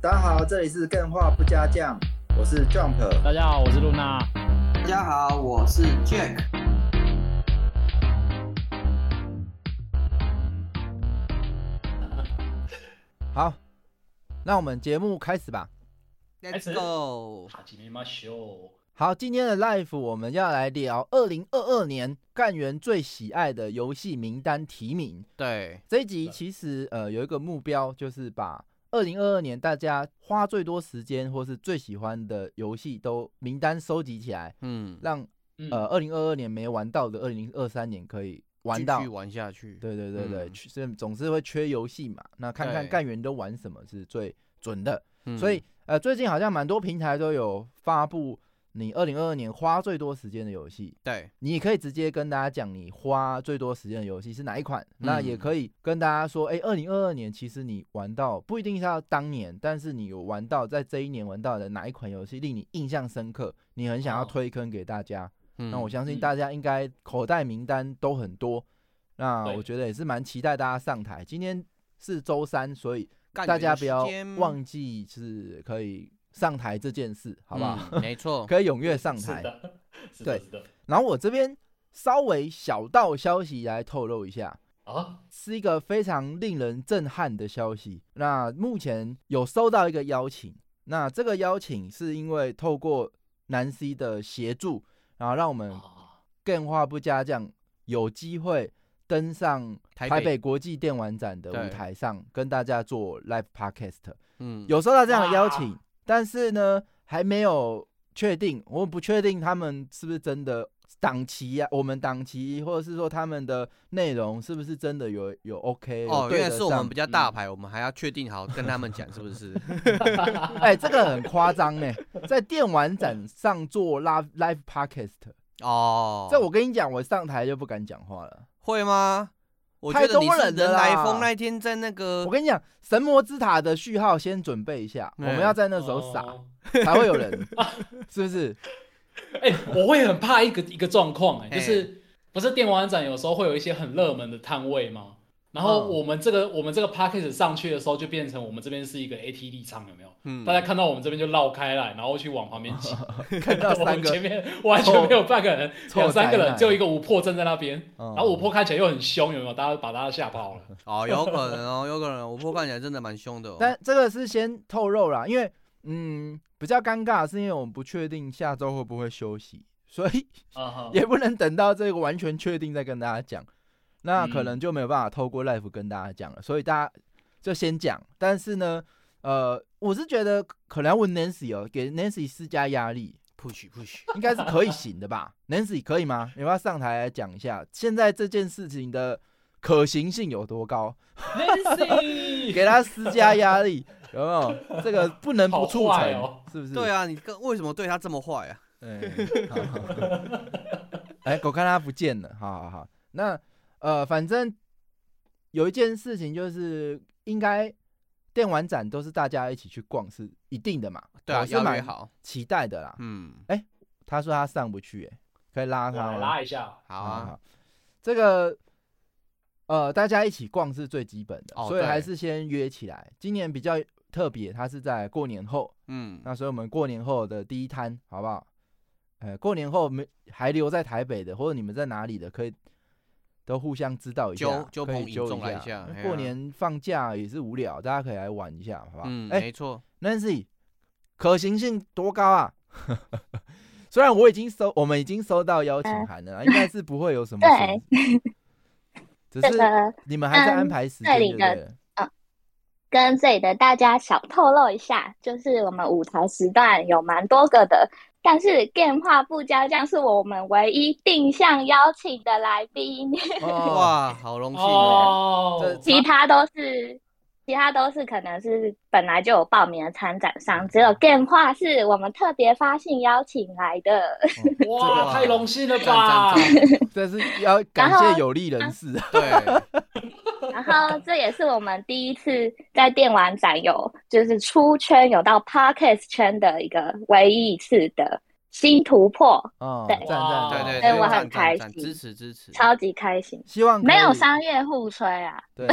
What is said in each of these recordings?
大家好，这里是更画不加酱，我是 Jump。大家好，我是露娜。大家好，我是 Jack。好，那我们节目开始吧。 Let's go。哈基米马秀。好，今天的 Live 我们要来聊二零二二年干员最喜爱的游戏名单提名。对，这一集其实呃有一个目标，就是把二零二二年大家花最多时间或是最喜欢的游戏都名单收集起来，嗯，让嗯呃二零二二年没玩到的二零二三年可以玩到继续。玩下去。对对对对，嗯缺是总是会缺游戏嘛，那看看对干员都玩什么是最准的。嗯所以呃，最近好像蛮多平台都有发布你二零二二年花最多时间的游戏，对，你也可以直接跟大家讲你花最多时间的游戏是哪一款，那也嗯可以跟大家说，哎、二零二二年其实你玩到不一定是要当年，但是你有玩到在这一年玩到的哪一款游戏令你印象深刻，你很想要哦推坑给大家。嗯那我相信嗯大家应该口袋名单都很多，那对我觉得也是蛮期待大家上台。今天是周三，所以干大你的家不要时间忘记是可以上台这件事，好不好？ 嗯没错，可以踊跃上是台。的，是嗯对的，是的。然后我这边稍微小道消息来透露一下，啊，是一个非常令人震撼的消息。那目前有收到一个邀请，那这个邀请是因为透过南希的协助，然后让我们哦啊更画不加酱有机会登上台台北北国际电玩展的舞对台上，跟大家做 live podcast。嗯，有收到这样的邀请哇，但是呢，还没有确定，我不确定他们是不是真的档期啊，我们档期或者是说他们的内容是不是真的有有 OK 哦，有原对来得是我们上嗯比。较大牌，我们还要确定好跟他们讲是不 是？哎、这个很夸张呢，在电玩展上做 live live podcast，哦，这我跟你讲，我上台就不敢讲话了。会吗？我太觉得你多是人了人来啦疯那天在那个我跟你讲，神魔之塔的序号先准备一下，我嗯哎们要在那时候傻，哦才会有人，是不是？哎、我会很怕一个一个状况、哎，嘿就是不是电玩展有时候会有一些很热门的摊位吗？然嗯后我们这个、我们这个 p a c k a g e 上去的时候，就变成我们这边是一个 AT 立场，有没有？嗯大家看到我们这边就绕开来，然后去往旁 边挤。看到 我三们个前，面完全没有半个人，臭两三个宅人，男只有一个五破站在那边，然然后五破看起来又很凶，有没有？大家把大家吓跑了。嗯哦，有可能哦， 有可能，我不过看起来真的蛮凶的哦。但这个是先透露啦，因为嗯，比较尴尬是因为我们不确定下周会不会休息，所以啊哈也不能等到这个完全确定再跟大家讲，那可嗯能就没有办法透过 live 跟大家讲了，所以大家就先讲。但是呢，呃，我是觉得可能要问 Nancy 哦，给 Nancy 施加压力， push push，应该是可以行的吧？Nancy 可以吗？你要不要上台来讲一下，现在这件事情的可行性有多高？ ，Nancy， 给他施加压力，有没有？这个不能不促好成，坏哦是不是？对啊，你跟为什么对他这么坏啊？哎，好好好 哎、狗看他不见了，好好好。那呃，反正有一件事情就是，应该电玩展都是大家一起去逛是一定的嘛，对啊，我是邀约蛮好，期待的啦。嗯，他说他上不去、哎，可以拉我他来吗？拉一下，好啊，好，这个呃，大家一起逛是最基本的，哦所以对还是先约起来。今年比较特别，它是在过年后，嗯，那所以我们过年后的第一摊，好不好？呃，过年后没还留在台北的，或者你们在哪里的，可以都互相知道一下，揪揪可以朋揪引众来一一下哎呀过年放假也是无聊，大家可以来玩一下，好不好？嗯，哎、没错， n a n c y 可行性多高啊？ 虽然我已经收，我们已经收到邀请函了啦，啊应该是不会有什么哎 对损失，只这是个你们还在安排时间嗯这对里不的对了？跟这里的大家小透露一下，就是我们舞台时段有蛮多个的，但是电话不加酱是我们唯一定向邀请的来宾，哦，哇，好荣幸哦，哦，这其他都是。其他都是可能是本来就有报名的参展商，只有电话是我们特别发信邀请来的。这哇，个太荣幸了赞吧！赞赞，这是要感然谢后有利人士 啊。对，然后这也是我们第一次在电玩展有，就是出圈有到 Parkes 圈的一个唯一一次的新突破，啊，对赞赞，对赞对所以对，哎我很赞赞开赞心支持支持。超级开心。希望没嗯有可以商业互吹啊，对，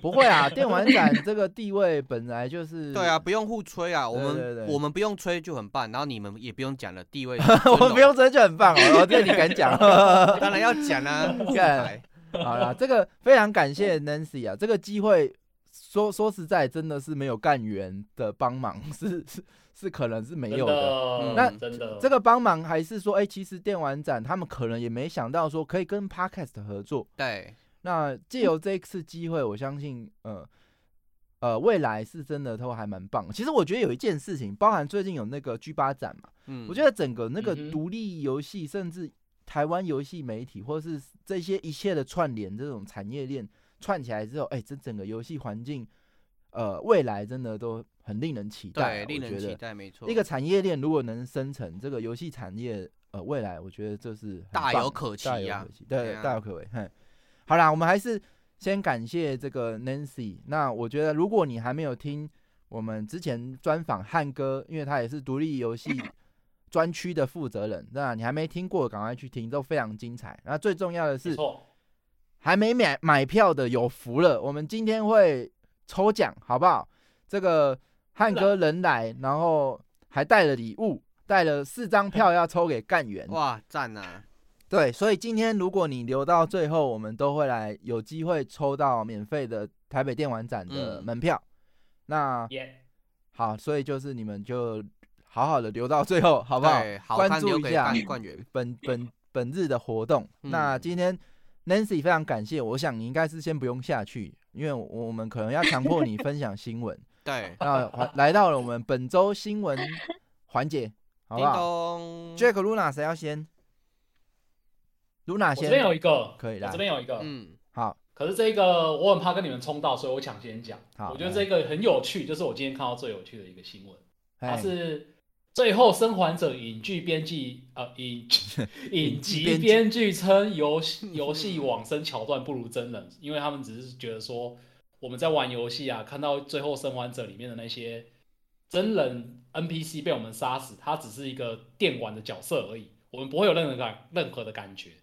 不会啊， 电玩展这个地位本来就是对啊，，不用互吹啊，我对们对对我们不用吹就很棒，然后你们也不用讲了， 地 位我尊们荣不用真的就很棒哦，我对你敢 讲。好当然要讲 啦、啊，自干白啦，这个非常感谢 Nancy 啊，这个机会说说实在真的是没有干员的帮忙， 是是是可能是没有的。嗯那真的这个帮忙还是说，哎、其实电玩展他们可能也没想到说可以跟 Podcast 合作。对，那借由这一次机会，我相信，呃呃，未来是真的都还蛮棒的。其实我觉得有一件事情，包含最近有那个 G 八展嘛，嗯，我觉得整个那个嗯哼独立游戏，甚至台湾游戏媒体，或是这些一切的串联，这种产业链串起来之后，哎、这整个游戏环境，呃，未来真的都很令人期待啊、对，令我人觉期得。待，没错，一个产业链如果能生成这个游戏产业，呃，未来我觉得这是很大棒有的可期大有呀可期，对对，啊大有可为。嘿，好啦，我们还是先感谢这个 Nancy。那我觉得，如果你还没有听我们之前专访汉哥，因为他也是独立游戏专区的负责人，那你还没听过，赶快去听，都非常精彩。那最重要的没是，错，还没买买票的有福了，我们今天会抽奖，好不好？这个汉哥人来，然后还带了礼物，带了四张票要抽给干员。哇赞啊，对，所以今天如果你留到最后，我们都会来有机会抽到免费的台北电玩展的嗯门票。那耶，好，所以就是你们就好好的留到最后，好好不好？好关看注留一给下干冠员，本本本日的活动。嗯那今天 Nancy 非常感谢，我想你应该是先不用下去，因为我我们可能要强迫你分享新闻。对， 那环来到了我们本周新闻环节，好不叮好咚？Jack Luna 谁要先？Luna 我这边有先，一个，可以我啦这边有一个，嗯，好，可是这个我很怕跟你们冲到，所以我抢先讲好。我觉得这个很有趣，就是我今天看到最有趣的一个新闻，它哎啊是最后生还者影剧编辑呃影影集编剧编剧称游戏游戏往生桥段不如真人，因为他们只是觉得说我们在玩游戏啊，看到最后生还者里面的那些真人 NPC 被我们杀死，他只是一个电玩的角色而已，我们不会有任何感任何的感觉。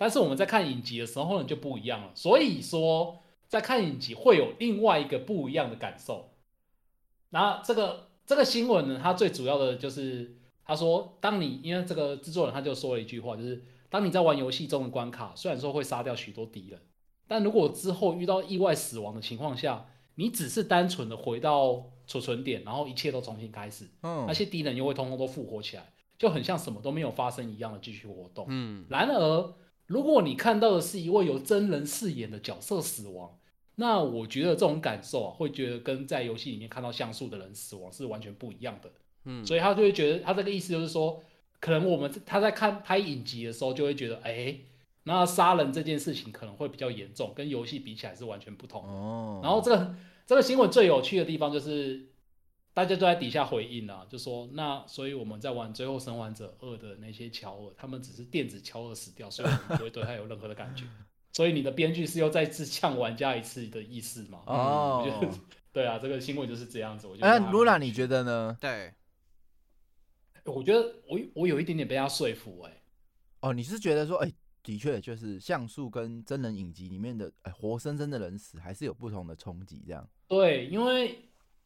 但是我们在看影集的时候呢，就不一样了。所以说，在看影集会有另外一个不一样的感受。那这个这个新闻呢，它最主要的就是他说，当你因为这个制作人他就说了一句话，就是当你在玩游戏中的关卡，虽然说会杀掉许多敌人，但如果之后遇到意外死亡的情况下，你只是单纯的回到储存点，然后一切都重新开始，嗯那，些敌人又会通通都复活起来，就很像什么都没有发生一样的继续活动。嗯，然而，如果你看到的是一位由真人饰演的角色死亡，那我觉得这种感受啊，会觉得跟在游戏里面看到像素的人死亡是完全不一样的。嗯，所以他就会觉得，他这个意思就是说，可能我们他在看拍影集的时候，就会觉得，哎、那杀人这件事情可能会比较严重，跟游戏比起来是完全不同的。哦，然后这个这个新闻最有趣的地方就是，大家都在底下回应啊，就说那所以我们在玩《最后生还者二》的那些乔尔，他们只是电子乔尔死掉，所以我们不会对他有任何的感觉。所以你的编剧是又再次呛玩家一次的意思嘛？哦嗯哎我觉得 对啊，这个新闻就是这样子。我觉得那还蛮 Luna 你觉得呢？对，我觉得我我有一点点被他说服哎、哦，你是觉得说，哎、的确就是像素跟真人影集里面的，哎、活生生的人死还是有不同的冲击，这样。对，因为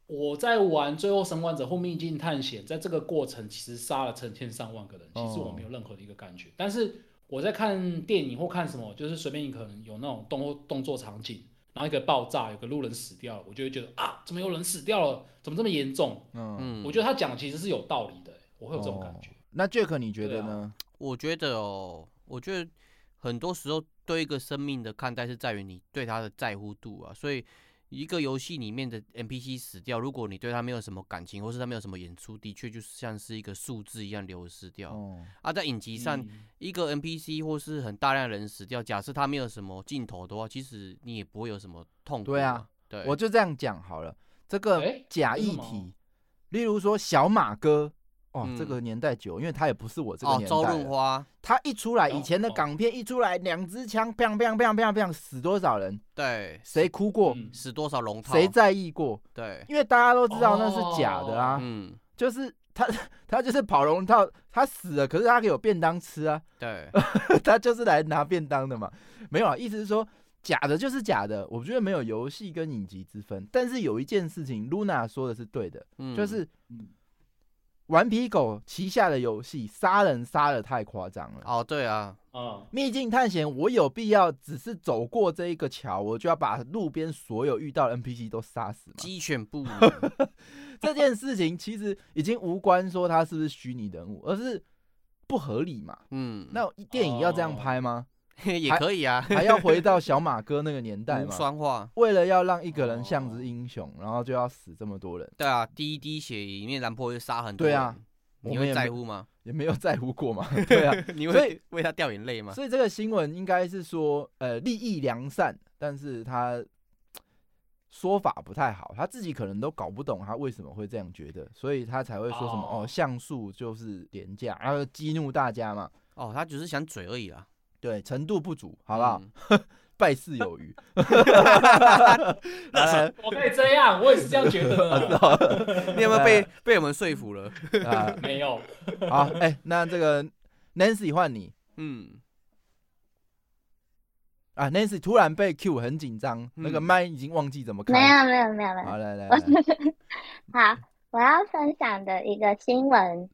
我在玩《最后生还者：后秘境探险》，在这个过程其实杀了成千上万个人，其实哦我没有任何的一个感觉。但是我在看电影或看什么，就是随便你可能有那种动动作场景，然后一个爆炸，有个路人死掉了，我就会觉得啊，怎么有人死掉了？怎么这么严重？嗯，嗯，我觉得他讲其实是有道理的，我会有这种感觉。哦那 Jack 你觉得对啊呢？我觉得哦，我觉得很多时候对一个生命的看待是在于你对他的在乎度啊，所以一个游戏里面的 NPC 死掉，如果你对他没有什么感情，或是他没有什么演出，的确就像是一个数字一样流失掉、哦，啊。在影集上，嗯一个 NPC 或是很大量的人死掉，假设他没有什么镜头的话，其实你也不会有什么痛苦。对啊，对，我就这样讲好了。这个哎假真的议吗题，例如说小马哥，哦，嗯这个年代久，因为他也不是我这个哦，年代周了。润发，他一出来，哦以前的哦港片一出来，两支枪，砰砰砰砰砰，死多少人？对，谁哭过？嗯死多少龙套？谁在意过？对，因为大家都知道那是假的啊。嗯，就是他 他就是跑龙套，他死了，可是他有便当吃啊， 对，他就是来拿便当的嘛。没有啊，意思是说假的就是假的，我觉得没有游戏跟影集之分。但是有一件事情，Luna 说的是对的，嗯就是嗯顽皮狗旗下的游戏杀人杀的太夸张了。哦，对啊，嗯，秘境探险，我有必要只是走过这一个桥，我就要把路边所有遇到的 NPC 都杀死吗？鸡犬不宁，这件事情其实已经无关说它是不是虚拟人物，而是不合理嘛。嗯， 哦那电影要这样拍吗？ 也可以啊，还要回到小马哥那个年代无哦吗？双化，为了要让一个人像只英雄，然后就要死这么多人，对啊，第一滴血里面兰坡会杀很多对人，啊，你我们会也在没 乎吗？也没有在乎过 嘛。对啊，你所会以为他掉眼泪吗？所以这个新闻应该是说，呃，利益良善，但是他说法不太好，他自己可能都搞不懂他为什么会这样觉得，所以他才会说什么哦哦，像素就是廉价，然后激怒大家嘛。哦，他只是想嘴而已啦，对，程度不足，好不好？嗯？ 败事有余。呃我可以这样，我也是这样 觉得啊呢。你有没有被被我们说服了？啊，没有，好，哎、那这个 Nancy 换你嗯，啊，Nancy 突然被 Q 很紧张，那个嗯麦已经忘记怎么没开。有没有没有没有，好，来来我来，好，我要分享的一个新闻，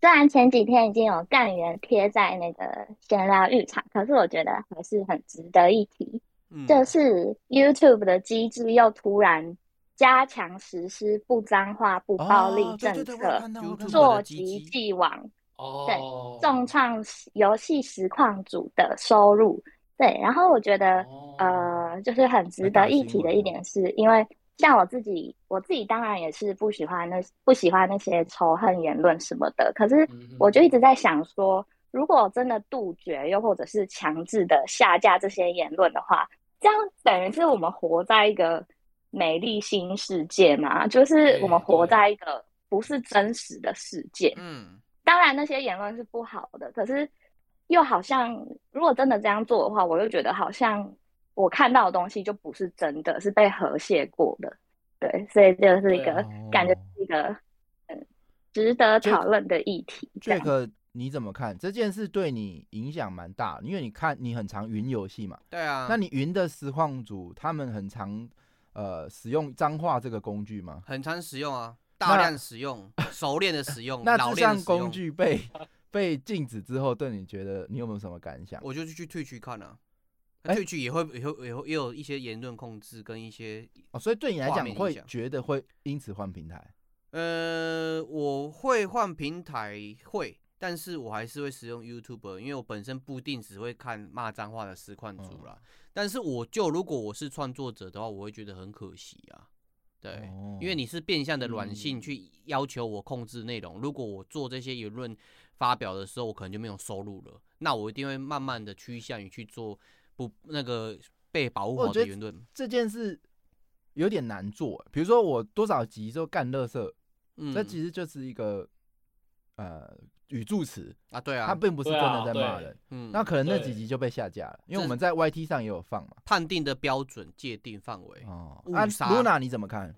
虽然前几天已经有干员贴在那个闲聊浴场，可是我觉得还是很值得一提。嗯这是 YouTube 的机制又突然加强实施不脏话、不暴力哦对政对对，我有策，看到，我看到做溯的机及制既往，哦，重创游戏实况组的收入。对，然后我觉得。哦，呃，就是很值得一提的一点是，因为像我自己，我自己当然也是不喜欢那不喜欢那些仇恨言论什么的，可是嗯我就一直在想说，如果真的杜绝，又或者是强制的下架这些言论的话，这样等于是我们活在一个美丽新世界嘛，就是我们活哎对对啊在一个不是真实的世界。嗯，当然那些言论是不好的，可是又好像如果真的这样做的话，我又觉得好像我看到的东西就不是真的，是被和谐过的。对，所以这是一个、对感觉哦是一个嗯值得讨论的议题。这样 Jack，你怎么看这件事？对你影响蛮大，因为你看你很常云游戏嘛，对啊，那你云的实况组他们很常呃使用脏话这个工具吗？很常使用啊，那大量使用，熟练的使用，那嗯老这练的项使工用，具被 被禁止之后，对你觉得你有没有什么感想？我就去退去看啊。哎退去也会也会也会也有一些言论控制跟一些哦，所以对你来画讲面，影会响觉得会因此换平台。呃，我会换平台会，但是我还是会使用 YouTube，因为我本身不定只会看骂脏话的实况嗯组啦。但是我就如果我是创作者的话，我会觉得很可惜啊。对，因为哦你是变相的软性嗯去要求我控制内容。如果我做这些言论发表的时候，我可能就没有收入了，那我一定会慢慢的趋向于去做不那个被保护我好觉的得言论。这件事有点难做，比如说我多少集之后干乐色，嗯这其实就是一个呃语助词，啊，对它啊，并不是对真啊的在骂对人。嗯，那可能那几对集就被下架了，因为这我们在 YT 上也有放嘛。判定的标准界定范围。哦，误啊杀，Luna 你怎么看？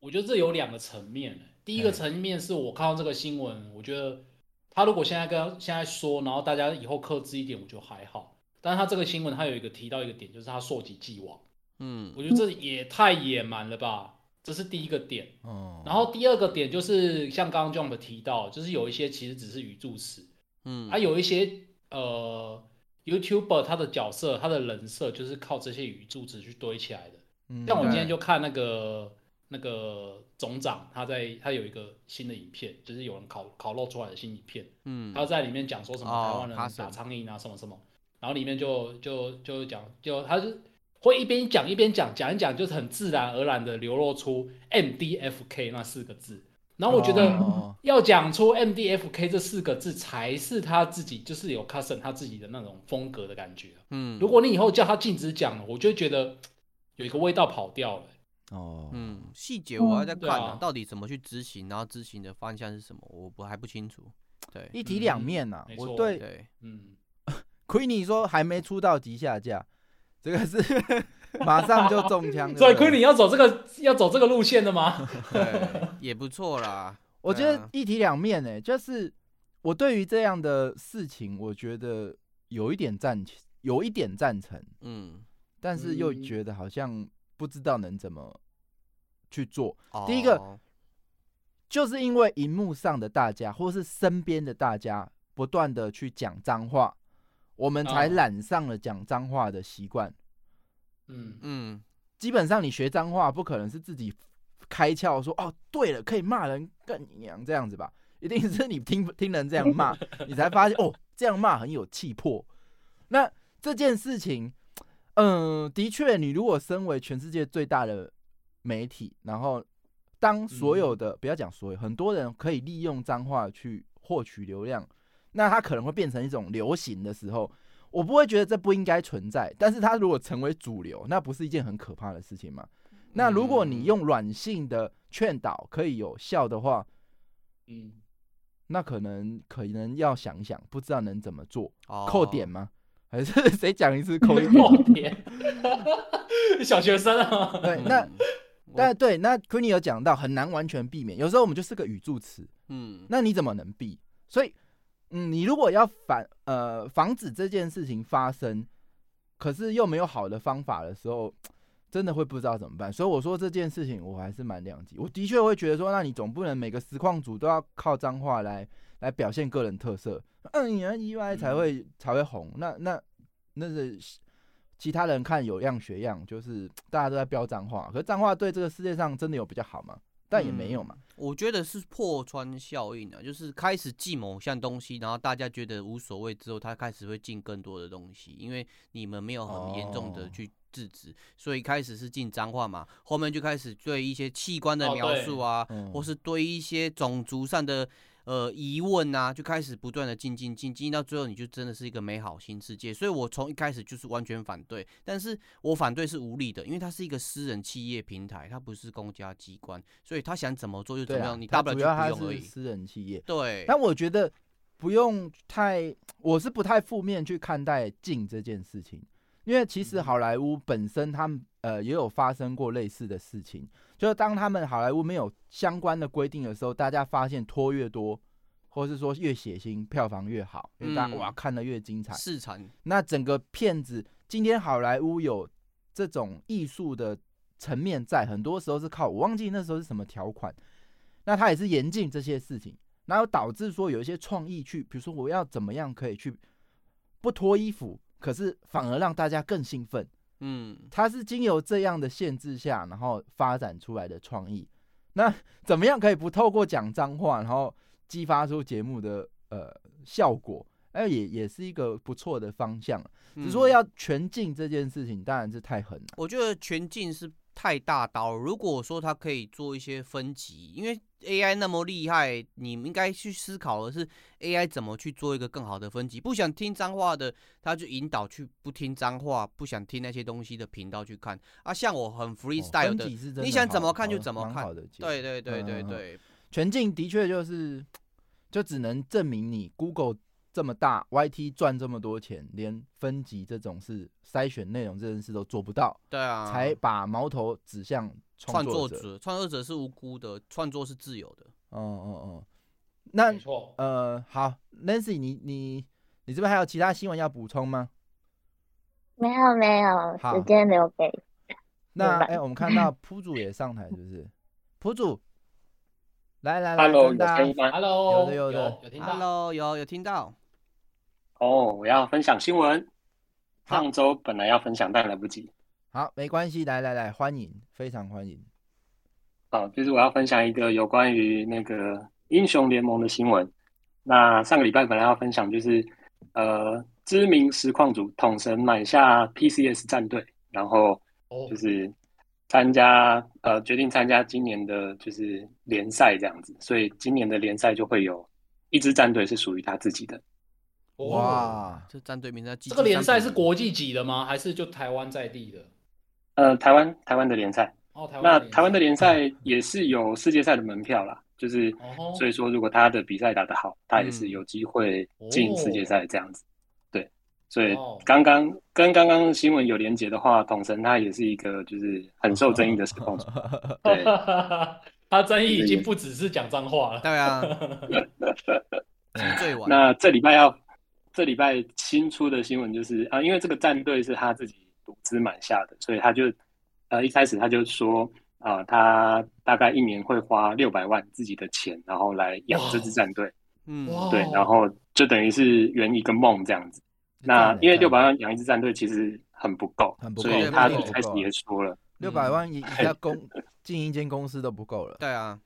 我觉得这有两个层面欸。第一个嗯层面是我看到这个新闻，我觉得他如果现在跟现在说，然后大家以后克制一点，我觉得还好。但是他这个新闻，他有一个提到一个点，就是他溯及既往，嗯我觉得这也太野蛮了吧，这是第一个点。哦，然后第二个点就是像刚刚 Jump 提到，就是有一些其实只是语助词，嗯，还、有一些呃 YouTuber 他的角色他的人设就是靠这些语助词去堆起来的。嗯像我今对天就看那个那个总长，他在他有一个新的影片，就是有人烤烤肉出来的新影片，嗯，他在里面讲说什么哦台湾人哈森打苍蝇啊什么什么，然后里面就就就讲就他就会一边讲一边讲讲一讲，就是很自然而然的流露出 M D F K 那四个字，然后我觉得。哦要讲出 M D F K 这四个字，才是他自己就是有 custom 他自己的那种风格的感觉。嗯，如果你以后叫他禁止讲了，我就会觉得有一个味道跑掉了、哦，嗯细节我还嗯在看对呢、啊到底怎么去执行，然后执行的方向是什么，我不还不清楚。对一体两面呐、没我错对对，嗯， Queenie 说还没出道即下架，这个是 马上就中枪。 所对以不对 Queen 你要走这个要走这个路线的吗？对，也不错啦。我觉对啊得一体两面呢、就是我对于这样的事情，我觉得有一点赞，有一点赞成， 嗯，但是又嗯觉得好像不知道能怎么去做。哦第一个就是因为荧幕上的大家，或是身边的大家，不断的去讲脏话，我们才嗯哦染上了讲脏话的习惯。嗯，嗯，基本上你学脏话，不可能是自己开窍说哦，对了，可以骂人更娘这样子吧？一定是你听听人这样骂，你才发现哦，这样骂很有气魄。那这件事情，嗯、的确，你如果身为全世界最大的媒体，然后当所有的、不要讲所有，很多人可以利用脏话去获取流量，那它可能会变成一种流行的时候，我不会觉得这不应该存在，但是它如果成为主流，那不是一件很可怕的事情吗？那如果嗯你用软性的劝导可以有效的话，嗯，那可能可能要想想，不知道能怎么做，哦扣点吗？还是 谁讲一次扣一 点？我嗯哦天，小学生啊，对，那嗯 我但对，那 Queenie 有讲到很难完全避免，有时候我们就是个语助词，嗯那你怎么能避？所以，嗯，你如果要反呃防止这件事情发生，可是又没有好的方法的时候，真的会不知道怎么办。所以我说这件事情我还是蛮两极，我的确会觉得说，那你总不能每个实况组都要靠脏话来来表现个人特色，嗯，你要意外才会、才会红。那那那是。其他人看有样学样，就是大家都在飙脏话，可是脏话对这个世界上真的有比较好吗？但也没有嘛。我觉得是破窗效应啊，就是开始进某项东西，然后大家觉得无所谓之后，他开始会进更多的东西，因为你们没有很严重哦的去制止，所以开始是进脏话嘛，后面就开始对一些器官的哦描对述啊，嗯或是对一些种族上的呃疑问啊，就开始不断的进进进进，到最后你就真的是一个美好新世界。所以我从一开始就是完全反对，但是我反对是无力的，因为它是一个私人企业平台，它不是公家机关，所以他想怎么做就怎对么啊，样，你大它不了主就要它不用而是已。私人企业，对，但我觉得不用太，我是不太负面去看待禁这件事情，因为其实嗯好莱坞本身他们呃也有发生过类似的事情，就是当他们好莱坞没有相关的规定的时候，大家发现拖越多，或是说越血腥，票房越好，因为大家、嗯哇看得越精彩，市场那整个片子，今天好莱坞有这种艺术的层面在，很多时候是靠我忘记那时候是什么条款，那它也是严禁这些事情，然后导致说有一些创意去，比如说我要怎么样可以去不脱衣服，可是反而让大家更兴奋，嗯，它是经由这样的限制下，然后发展出来的创意。那怎么样可以不透过讲脏话，然后激发出节目的呃效果？哎，也也是一个不错的方向。只是说嗯要全禁这件事情，当然是太狠了。我觉得全境是太大刀了。如果说它可以做一些分级，因为 AI 那么厉害，你们应该去思考的是 AI 怎么去做一个更好的分级。不想听脏话的，他就引导去不听脏话，不想听那些东西的频道去看。啊，像我很 freestyle 哦分的，级是真的你想怎么看好呃就怎么蛮看好的解对对对嗯对嗯嗯对，全境的确就是，就只能证明你 Google 这么大，YT 赚这么多钱，连分级这种事、筛选内容这件事都做不到，对啊，才把矛头指向创创作者。者，创作者是无辜的，创作是自由的。哦哦哦，那没错，呃，好，Nancy，你你你这边还有其他新闻要补充吗？没有没有，好时间留给那明白哎、我们看到铺主也上台，是不是？铺主，来来来 Hello，跟有大声家音吗？ Hello，有的有的有听到 Hello，有有听到？哦，我要分享新闻。好上周本来要分享，但来不及。好，没关系，来来来，欢迎，非常欢迎。好，就是我要分享一个有关于那个英雄联盟的新闻。那上个礼拜本来要分享就是，呃，知名实况组统神买下 PCS 战队，然后哦就，是参加呃决定参加今年的就是联赛这样子，所以今年的联赛就会有一支战队是属于他自己的。哦哇，这战队名字叫这个联赛是 GG 国际级的吗？还是就台湾在地的？呃，台湾台湾的联赛，哦，台湾那的台湾的联赛也是有世界赛的门票啦，就是哦嗯吼所以说，如果他的比赛打得好，他也是有机会进世界赛这样子。对，所以哦刚刚跟刚刚新闻有连结的话，统神他也是一个就是很受争议的实况组。对，赛， 他争议已经不只是讲脏话了。对啊，是最晚。那这礼拜要这礼拜新出的新闻就是啊，因为这个战队是他自己独资买下的，所以他就呃一开始他就说啊、他大概一年会花六百万自己的钱，然后来养这支战队，嗯，哦哇对，然后就等于是圆一个梦这样子。那因为六百万养一支战队其实很不够，很不所够以他很不一够啊开始也说了，嗯六百万一 一家公进一间公司都不够了，对啊，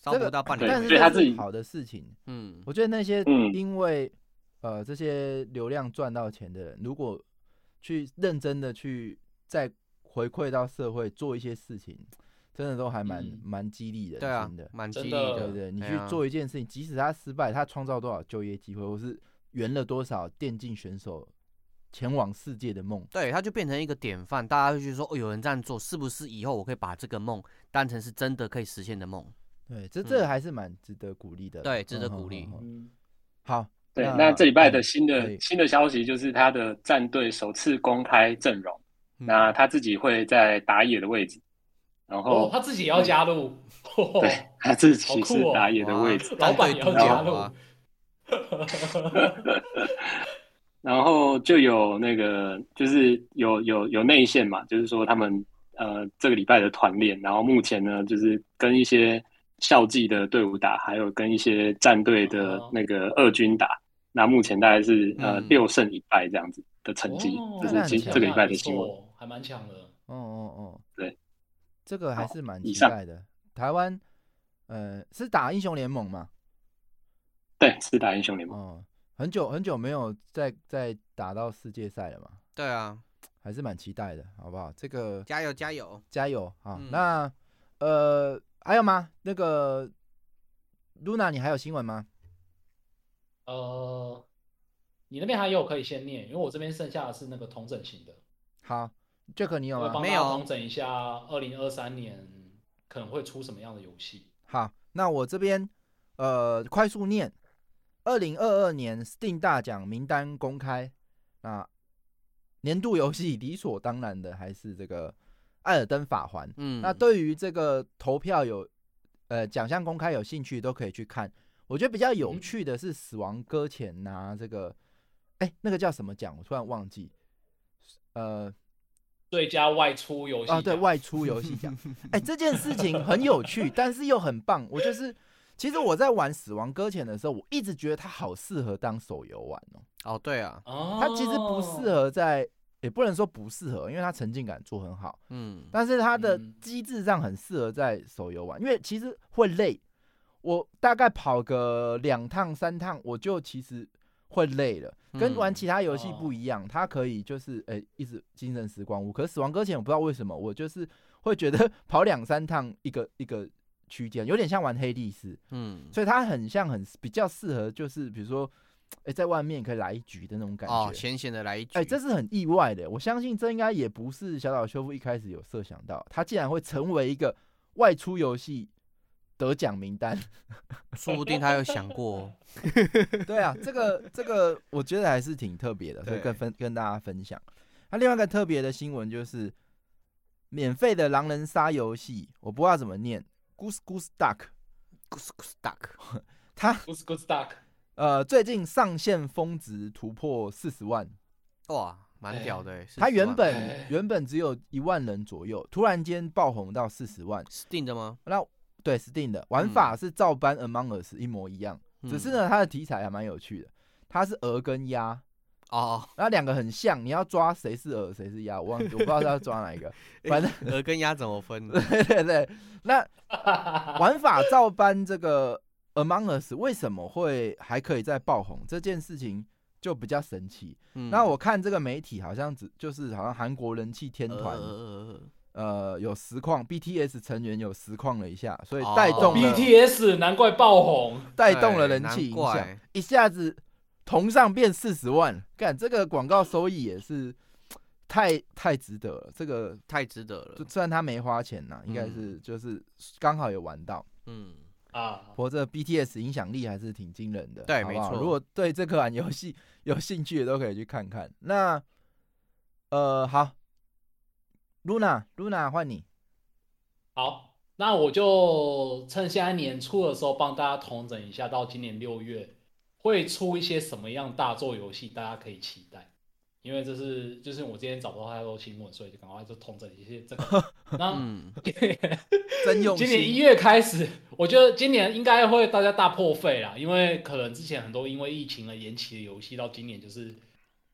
烧这不个到半对年但而是所以他这已，自是己好的事情。嗯，我觉得那些嗯因为、呃这些流量赚到钱的人，如果去认真的去再回馈到社会做一些事情，真的都还蛮嗯蛮、激励人对啊心的，，蛮真激励的对呃不对？你哎去呀做一件事情，即使他失败，他创造多少就业机会，或是圆了多少电竞选手前往世界的梦，对，他就变成一个典范，大家会去说，哦，有人这样做，是不是以后我可以把这个梦当成是真的可以实现的梦？对，这这嗯还是蛮值得鼓励的啦，对值得嗯鼓励嗯嗯嗯嗯，好，对，那那这礼拜的新可的以新的消息就是他的战队首次公开阵容，嗯那他自己会在打野的位置，然哦后，他自己也要加入，对哦他自好己酷是哦打野的位置，老板也要加入然后。然后就有那个就是有有有内线嘛，就是说他们呃这个礼拜的团练，然后目前呢就是跟一些校际的队伍打，还有跟一些战队的哦那个二军打。那目前大概是呃嗯六胜一败这样子的成绩，哦这那是很今强这个礼啊拜的新闻。不错，还蛮强的。哦哦哦，对，这个还好是蛮以期上待的。台湾，呃，是打英雄联盟嘛？对，是打英雄联盟。哦，很久很久没有再再打到世界赛了嘛，对啊，还是蛮期待的，好不好？这个加油加油！加油啊！嗯那呃，还有吗？那个露娜，你还有新闻吗？呃，你那边还有可以先念，因为我这边剩下的是那个同整型的，好，Jack，你有我会吗？帮大没家有统整一下二零二三年可能会出什么样的游戏。好，那我这边呃快速念，二零二二年 Steam 大奖名单公开，那年度游戏理所当然的还是这个《艾尔登法环》。嗯，那对于这个投票有呃奖项公开有兴趣都可以去看。我觉得比较有嗯趣的是《死亡搁浅》拿这个，哎、那个叫什么奖？我突然忘记。呃，最佳外出游戏啊，对奖外出游戏 奖，哎、这件事情很有趣，但是又很棒。我就是，其实我在玩《死亡搁浅》的时候，我一直觉得它好适合当手游玩哦。哦对啊，哦，它其实不适合在，也不能说不适合，因为它沉浸感做很好。嗯，但是它的嗯机制上很适合在手游玩，因为其实会累。我大概跑个两趟三趟，我就其实会累了。跟玩嗯其他游戏不一样，它可以就是诶、一直精神时光屋。可是死亡搁浅，我不知道为什么，我就是会觉得跑两三趟一个 一个区间，有点像玩黑历史，嗯，所以它很像很比较适合，就是比如说诶、在外面可以来一局的那种感觉。哦，闲闲的来一局，哎、这是很意外的。我相信这应该也不是小岛修复一开始有设想到，他竟然会成为一个外出游戏得奖名单。说不定他有想过哦， 对啊，这个这个我觉得还是挺特别的，所以对跟分跟大家分享。那、另外一个特别的新闻就是，免费的狼人杀游戏，我不知道怎么念，Goose Goose Duck， stuck，它 Good Good Duck 呃最近上线峰值突破四十万，哇，蛮屌的欸，它40原万本哎原本只有一万人左右，突然间爆红到四十万。 Steam 的吗？那对 Steam 的玩法是照搬 Among Us 一模一样，只是嗯呢它的题材还蛮有趣的，它是鹅跟鸭，哦，那两个很像，你要抓谁是鹅谁是鸭，我忘记我不知道是要抓哪一 个，反正鹅跟鸭怎么 分？对对对，那 啊玩法照搬这个 Among Us 为什么会还可以再爆红这件事情？就比较神奇。嗯那我看这个媒体好像只就是好像韩国人气天团，呃呃呃呃，有实况 BTS 成员有实况了一下，所以哦带动了、 BTS 难怪爆红，带动了对哎人气难影响怪，一下子同上变四十万，干这个广告收益也是太太值得了。这个太值得了就，虽然他没花钱呐、应该嗯是就是刚好有玩到。嗯，啊不，过这 BTS 影响力还是挺惊人的，对好不好没错如果对这款游戏 有兴趣的，都可以去看看。那呃，好，Luna Luna 换你，好，那我就趁现在年初的时候帮大家统整一下，到今年六月会出一些什么样大作游戏，大家可以期待。因为这是就是我今天找不到太多新闻，所以就赶快就统整一些这个。那嗯，真用 今年一心。月开始，我觉得今年应该会大家大破费啦，因为可能之前很多因为疫情而延期的游戏，到今年就是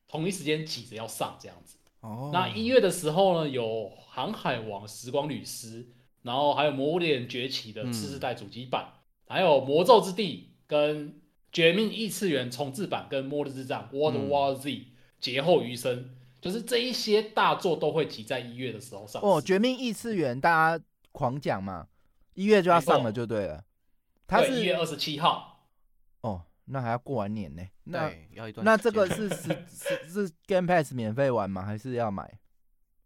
同一时间挤着要上这样子。哦那一月的时候呢，有《航海王：时光旅师》，然后还有《魔物猎人崛起》的嗯次世代主机版，还有《魔咒之地》跟《绝命异次元》重置版跟《末日之战》（World 嗯 War Z） 劫后余生，就是这一些大作都会集在一月的时候上市。哦，《绝命异次元》大家狂讲嘛，一月就要上了没错就对了。它哦一月是二十七号，哦，那还要过完年呢。那对，要一段时间。那这个是是是是 Game Pass 免费玩吗？还是要买？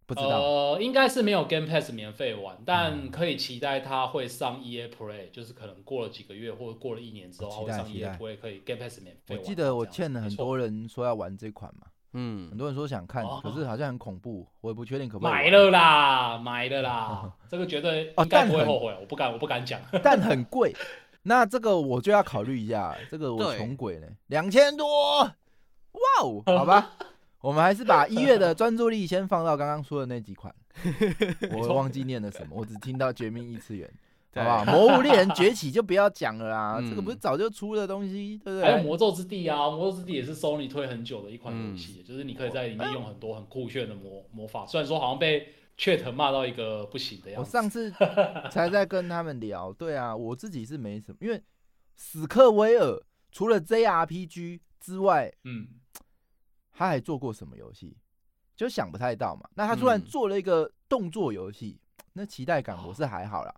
不知道。呃，应该是没有 Game Pass 免费玩，但可以期待它会上 EA Play，就是可能过了几个月或者过了一年之后，期它会待上期待 EA Play 可以 Game Pass 免我费玩。记得我这欠样子了很没错多人说要玩这款嘛，很嗯，多人说想看哦，可是好像很恐怖，我也不确定可不可以玩买。了啦，买了啦，这个绝对哦应该但不会很后悔，我不敢，我不敢讲。但很贵。那这个我就要考虑一下，这个我对穷鬼呢，两千多，哇哦，好吧，我们还是把一月的专注力先放到刚刚说的那几款，我忘记念了什么，我只听到《绝命异次元》，对好不好？《魔物猎人崛起》就不要讲了啦，嗯这个不是早就出的东西，对不还有《对？魔咒之地》啊，《魔咒之地》也是 Sony 推很久的一款游戏，就是你可以在里面用很多很酷炫的魔魔法，虽然说好像被 Chat 骂到一个不行的样我子。上次才在跟他们聊，对啊，我自己是没什么，因为史克威尔除了 JRPG 之外，嗯，他还做过什么游戏，就想不太到嘛。那他突然嗯做了一个动作游戏，那期待感哦我是还好啦。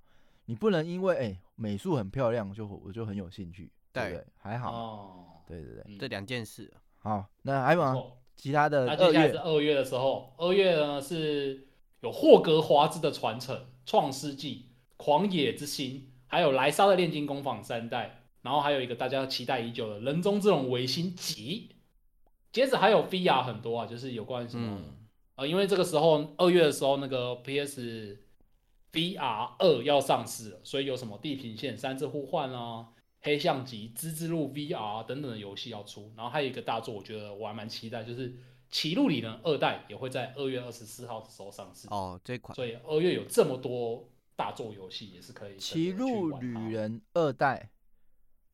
你不能因为哎、美术很漂亮就我就很有兴趣，对不对对？还好嘛，哦，对对对。嗯这两件事，啊好，那还有不吗错其他的那二接下来是月二月的时候，二月呢是有霍格华兹的传承、创世纪、狂野之心，还有莱莎的炼金工坊三代，然后还有一个大家期待已久的人中之龙维新集。接着还有 VR 很多啊，就是有关什么、嗯，呃，因为这个时候二月的时候，那个 PS VR 二要上市了，所以有什么地平线、三次互换啊、黑象级、蜘蛛路 VR 等等的游戏要出。然后还有一个大作，我觉得我还蛮期待，就是《歧路里人二代》也会在二月二十四号的时候上市。哦，这款所以二月有这么多大作游戏也是《可以等着骑去路玩它旅人二代》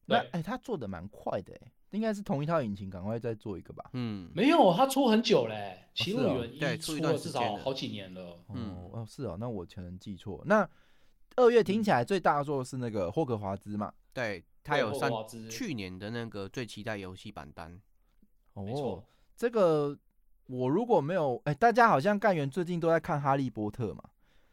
那，对哎、他做的蛮快的、哎，应该是同一套引擎，赶快再做一个吧。嗯，没有，它出很久嘞、歧路是哦旅人一》对出出一段了至时间少了好几年了。哦嗯哦，是哦，那我可能记错。那二月嗯听起来最大作是那个霍格华兹嘛？对，它有霍格上华兹去年的那个最期待游戏榜单，哦，没错这个我如果没有，哎、大家好像干员最近都在看《哈利波特》嘛，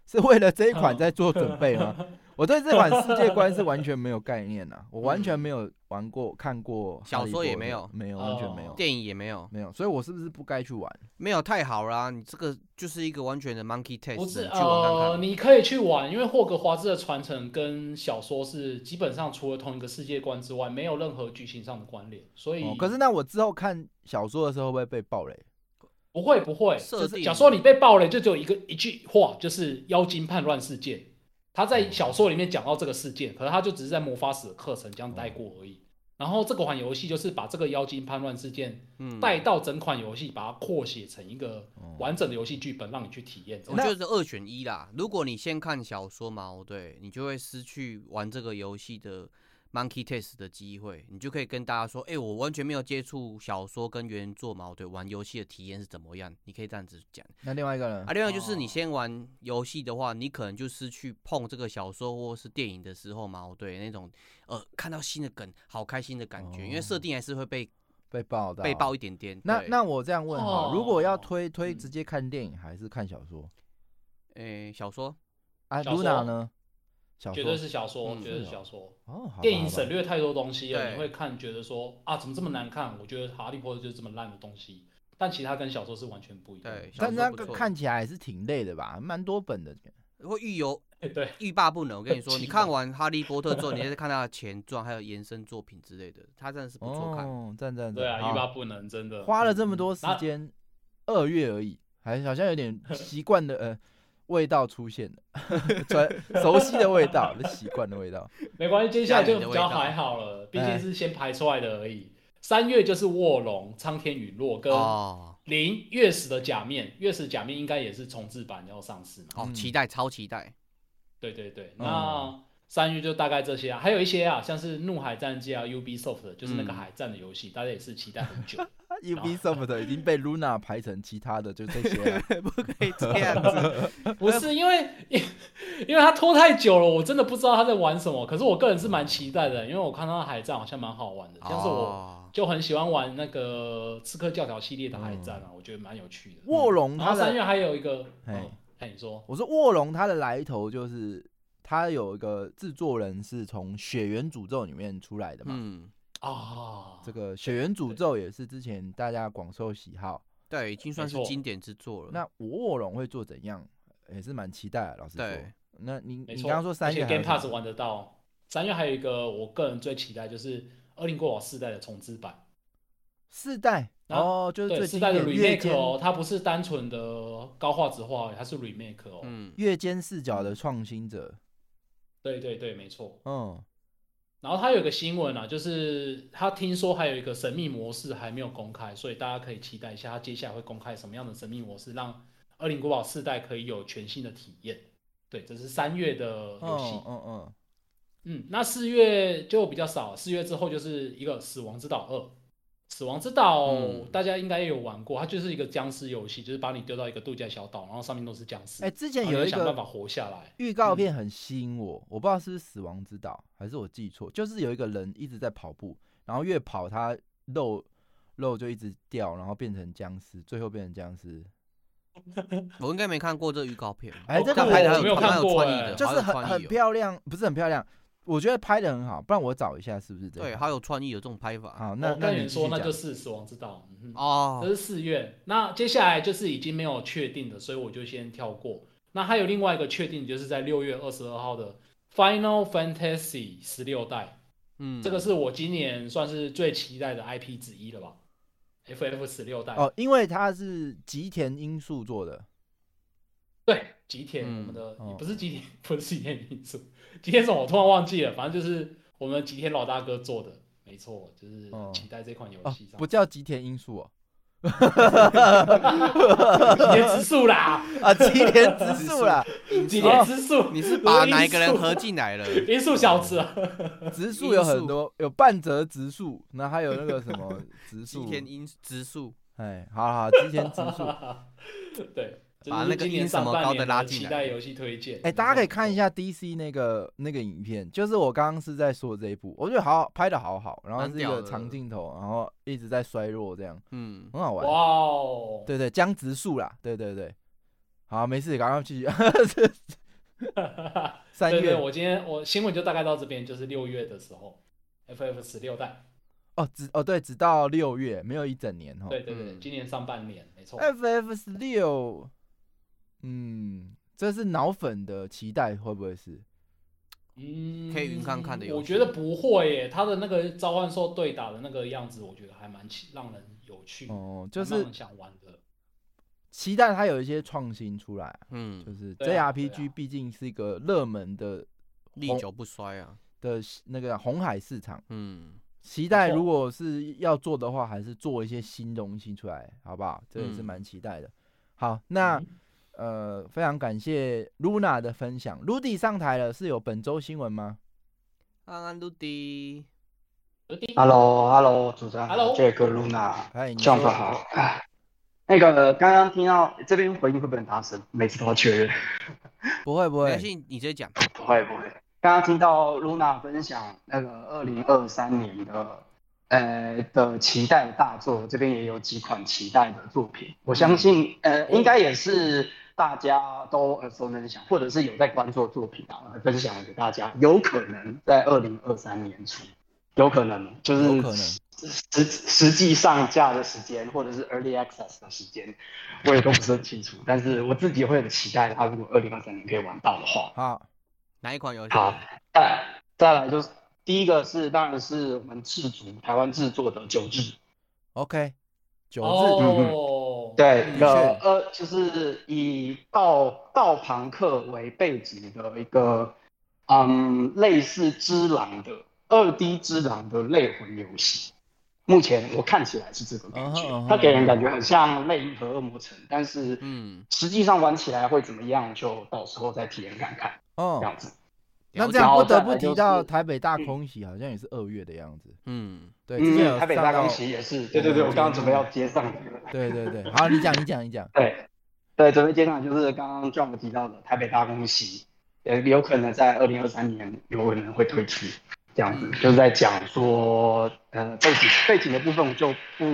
是为了这一嗯款在做准备吗？ 我对这款世界观是完全没有概念呐、我完嗯全没有玩过、看过，小说也没有没有，完全没有，哦电影也没有，没有，所以我是不是不该去玩？没有太好啦，你这个就是一个完全的 monkey test，不是你去网呃，看看，你可以去玩，因为霍格华兹的传承跟小说是基本上除了同一个世界观之外，没有任何剧情上的关联，所以、哦，可是那我之后看小说的时候会不会被暴雷？不会不会，设定小说你被爆雷就只有一个一句话，就是妖精叛乱事件。他在小说里面讲到这个事件，可是他就只是在魔法史的课程这样带过而嗯已。然后这款游戏就是把这个妖精叛乱事件嗯带到整款游戏，把它扩写成一个哦完整的游戏剧本，让你去体验。这我样觉得是二选一啦。如果你先看小说嘛，哦对你就会失去玩这个游戏的 Monkey Test 的机会，你就可以跟大家说，哎、我完全没有接触小说跟原作嘛，哦对玩游戏的体验是怎么样？你可以这样子讲。那另外一个人啊，另外就是你哦先玩游戏的话，你可能就失去碰这个小说或是电影的时候嘛，哦对那种呃看到新的梗好开心的感觉，因为设哦定还是会被被爆到被爆一点点。那对那我这样问哈，如果要哦推推嗯直接看电影还是看小说诶、小说啊小说？Luna 呢？小绝说对是小说，嗯绝对是是哦小说。哦，好吧电好影吧省略太多东西了，对你会看觉得说啊，怎么这么难看？我觉得《哈利波特》就是这么烂的东西，但其他跟小说是完全不一样的。对小但说那不个错看起来还是挺累的吧，蛮多本的。会预游哎 对，欲罢不能。我 跟你说，气你到看完《哈利波特》之后，你再看他的前传，还有延伸作品之类的，他真的是不错看。哦，赞赞赞！对啊，好欲罢不能，真的。花了嗯 这么多时间，二月而已，还好像有点习惯的呃，味道出现了， 传熟悉的味道，那习惯的味道。没关系，接下来就比较家里的味道还好了，毕哎竟是先排出来的而已。三月就是卧龙、苍天陨落跟哦，零月死的假面，月死假面应该也是重置版要上市嘛？好嗯哦期待，超期 待。对对对，嗯那三月就大概这些啊，还有一些啊，像是《怒海战记》啊，Ubisoft 的就是那个嗯海战的游戏，大家也是期待很久。 Ubisoft 已经被 Luna 排成其他的，就这些啊 了。不可以这样子。不是因为， 因因为他拖太久了，我真的不知道他在玩什么。可是我个人是蛮期待的，因为我看到海战好像蛮好玩的，像是我哦，就很喜欢玩那个刺客教条系列的海战啊，我觉得蛮有趣的。卧龙然后它三的，月还有一个，嘿嗯，哎，你说，我说卧龙它的来头就是它有一个制作人是从《血缘诅咒》里面出来的嘛。 嗯，啊，这个《血缘诅咒》也是之前大家广受喜好。对，已经算是没错经典之作了。那我卧龙会做怎样，也是蛮期待的。老实说对，那你没你错，刚刚说三月而还且有 Game 什么 Pass 玩得到，三月还有一个我个人最期待就是《恶灵古堡》四代的重置版，四代啊哦，就是对，最四经代的典月 remake 间哦，它不是单纯的高画质化，它是 remake 哦。嗯，月间视角的创新者。对对对，没错。嗯，然后它有个新闻啊，就是他听说还有一个神秘模式还没有公开，所以大家可以期待一下，它接下来会公开什么样的神秘模式，让《恶灵古堡》四代可以有全新的体验。对，这是三月的游戏嗯。嗯嗯，嗯，那四月就比较少，四月之后就是一个《死亡之岛二》。死亡之岛嗯大家应该也有玩过，它就是一个僵尸游戏，就是把你丢到一个度假小岛，然后上面都是僵尸，哎，之前然后有你一想办法个活下来。嗯预告片很吸引我，我不知道是不是《死亡之岛》还是我记错，就是有一个人一直在跑步，然后越跑他肉肉就一直掉，然后变成僵尸，最后变成僵尸，我应该没看过这预告片。哦哎这个但拍的我很没有蛮看过创意哎的，就是好有很创很意哦。漂亮，不是很漂亮，我觉得拍的很好，不然我找一下是不是这对，样。好有创意，有这种拍法。好，那我那跟你你继续说，哦那讲就。是《死亡之岛》嗯哼。这哦，是四月，那接下来就是已经没有确定的，所以我就先跳过。那还有另外一个确定，就是在六月二十二号的《Final Fantasy 十六代》，嗯，这个是我今年算是最期待的 IP 之一了吧？FF 十六代哦，因为它是吉田英树做的，对，吉田，嗯我们的、哦不是吉田，不是吉田民宿，吉田什么我突然忘记了，反正就是我们吉田老大哥做的，没错，就是哦很期待这款游哦戏，上。不叫吉田英树 哦，吉田直树啦，啊，吉田直树啦，吉哦田直树，你是把哪一个人合进来了？民宿小子啊？植树有很多，有半泽植树，那还有那个什 么植吉树，田英植树，哎，好好，吉田植 树，对，这把就是那个今年音什上么半高年的拉的进期来待游戏推荐。哎，大家可以看一下 DC 那个那个影片，就是我刚刚是在说这一部，我觉得好好拍的好好，然后蛮是一屌个的长镜头，然后一直在衰弱这样，嗯，很好哇玩，哦，对对，江直树啦，对对对，好，没事，赶快 继续， 三对对，月我今天我新闻就大概到这边，就是六月的时候，FF 十六代，哦，只哦对，直到六月，没有一整年哦，哎对对对，嗯今年上半年没错。 FF 十六，嗯，这是脑粉的期待，会不会是？嗯，可以云看看的游戏我觉得不会耶，他的那个召唤兽对打的那个样子，我觉得还蛮奇让人有趣，哦、就蛮让是人想玩的。期期待它有一些创新出来，就嗯，是对啊对 JRPG 啊毕竟是一个热门的历久不衰啊，的那个红海市场，嗯，期待没错如果是要做的话，还是做一些新东西出来，好不好？这也是嗯蛮期待的。好，那嗯呃，非常感谢 Luna 的分享。Rudy 上台了，是有本周新闻吗？安安露迪， Hello，Hello，主持人 Hello Jack Luna，哎，你这样子说好。哎那个刚刚听到这边回应会不会很大声？每次都要确认。不会不没会关，系，你直接讲。不会不会。刚刚听到 Luna 分享那个二零二三年的呃的期待大作，这边也有几款期待的作品，我相信呃嗯应该也是大家都耳熟能详，或者是有在关注的作品啊，来分享给大家，有可能在二零二三年初，有可能就有是可能实实际上架的时间，或者是 early access 的时间，我也都不是很清楚，但是我自己会很期待它，如果二零二三年可以玩到的话。好，哪一款游戏？好，再再来就是第一个是，当然是我们自主台湾制作的九制， OK，九字嗯哦，对，嗯一个是呃，就是以道道旁克为背景的一个，嗯，类似《之狼》的二 D《之狼》的类魂游戏。目前我看起来是这个感觉嗯哼嗯哼它给人感觉很像《类银河恶魔城》，但是嗯实际上玩起来会怎么样，就到时候再体验看看这哦样，子。那了这样解不得然后不再来就提到是嗯台北大空袭，好像也是二月的样子。嗯，对，之前有嗯，台北上大到空袭也是，嗯对对对，我刚刚准备要接上这个。 对对对，好，你讲，你讲，你讲。对，对，准备接上就是刚刚 John 提到的台北大空袭，呃，有可能在二零二三年有可能会推出，这样子，就是在讲说，呃，背景背景的部分我就不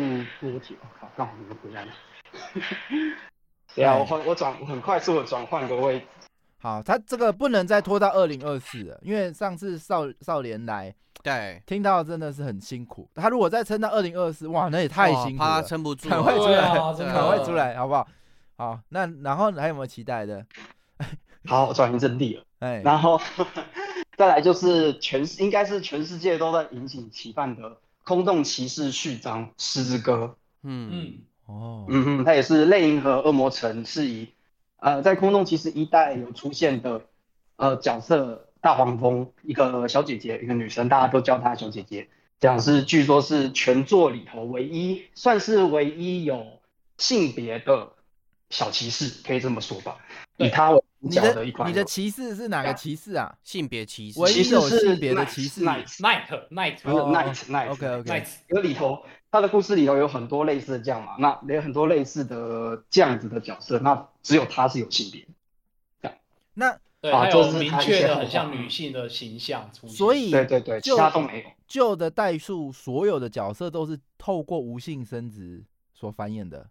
多提，我、靠，刚好你们回来了。对啊，我换我转，我很快速的转换个位置。好，他这个不能再拖到二零二四，因为上次少少年来对，听到真的是很辛苦，他如果再撑到二零二四，哇，那也太哇辛苦怕了他，撑不住赶啊，快出对来，啊真的赶快出来，好不好？好，那然后还有没有期待的？好，我转移阵地了。哎， 然后再来就是全世应该是全世界都在引颈期盼的《空洞骑士》序章《狮子歌》。嗯嗯，哦，嗯哼，它也是类银河恶魔城是以呃在空洞骑士一代有出现的呃角色大黄蜂，一个小姐姐，一个女生，大家都叫她小姐姐。这样是据说是全作里头唯一，算是唯一有性别的小骑士，可以这么说吧。以对她为主你角的一款你的骑士是哪个骑士啊？性别歧视，唯骑一士有是性别的骑士 Knight， Night Night 不是哦 Knight Knight OK OK， Night，因为里头他的故事里头有很多类似的这样嘛，那也有很多类似的这样子的角色，那只有他是有性别。那对，啊还就有是明他一确些的后很像话女性的形象出现，所以对对对，其就他都没有。旧的代数所有的角色都是透过无性生殖所繁衍的，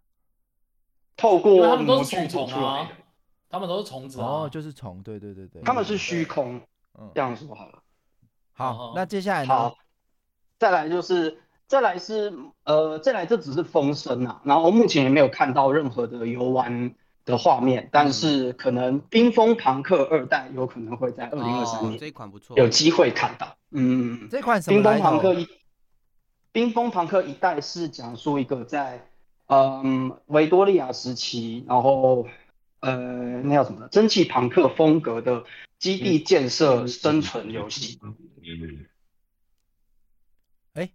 透因为他过们都魔是术蛆做虫出来嗯啊的，， 他们都是虫子啊，哦，就是虫，对对对对，他们是虚空，嗯这样说好了。好，那接下来呢？好，再来就是，呃再来是呃，再来这只是风声啊，然后目前也没有看到任何的游玩的画面，但嗯是可能冰封庞克二代有可能会在二零二三哦年这一款不错，有机会看到。嗯，这款什么冰来封庞克头？一，冰封庞克一代是讲述一个在嗯维多利亚时期，然后呃那叫什么蒸汽朋克风格的基地建设生存游戏。哎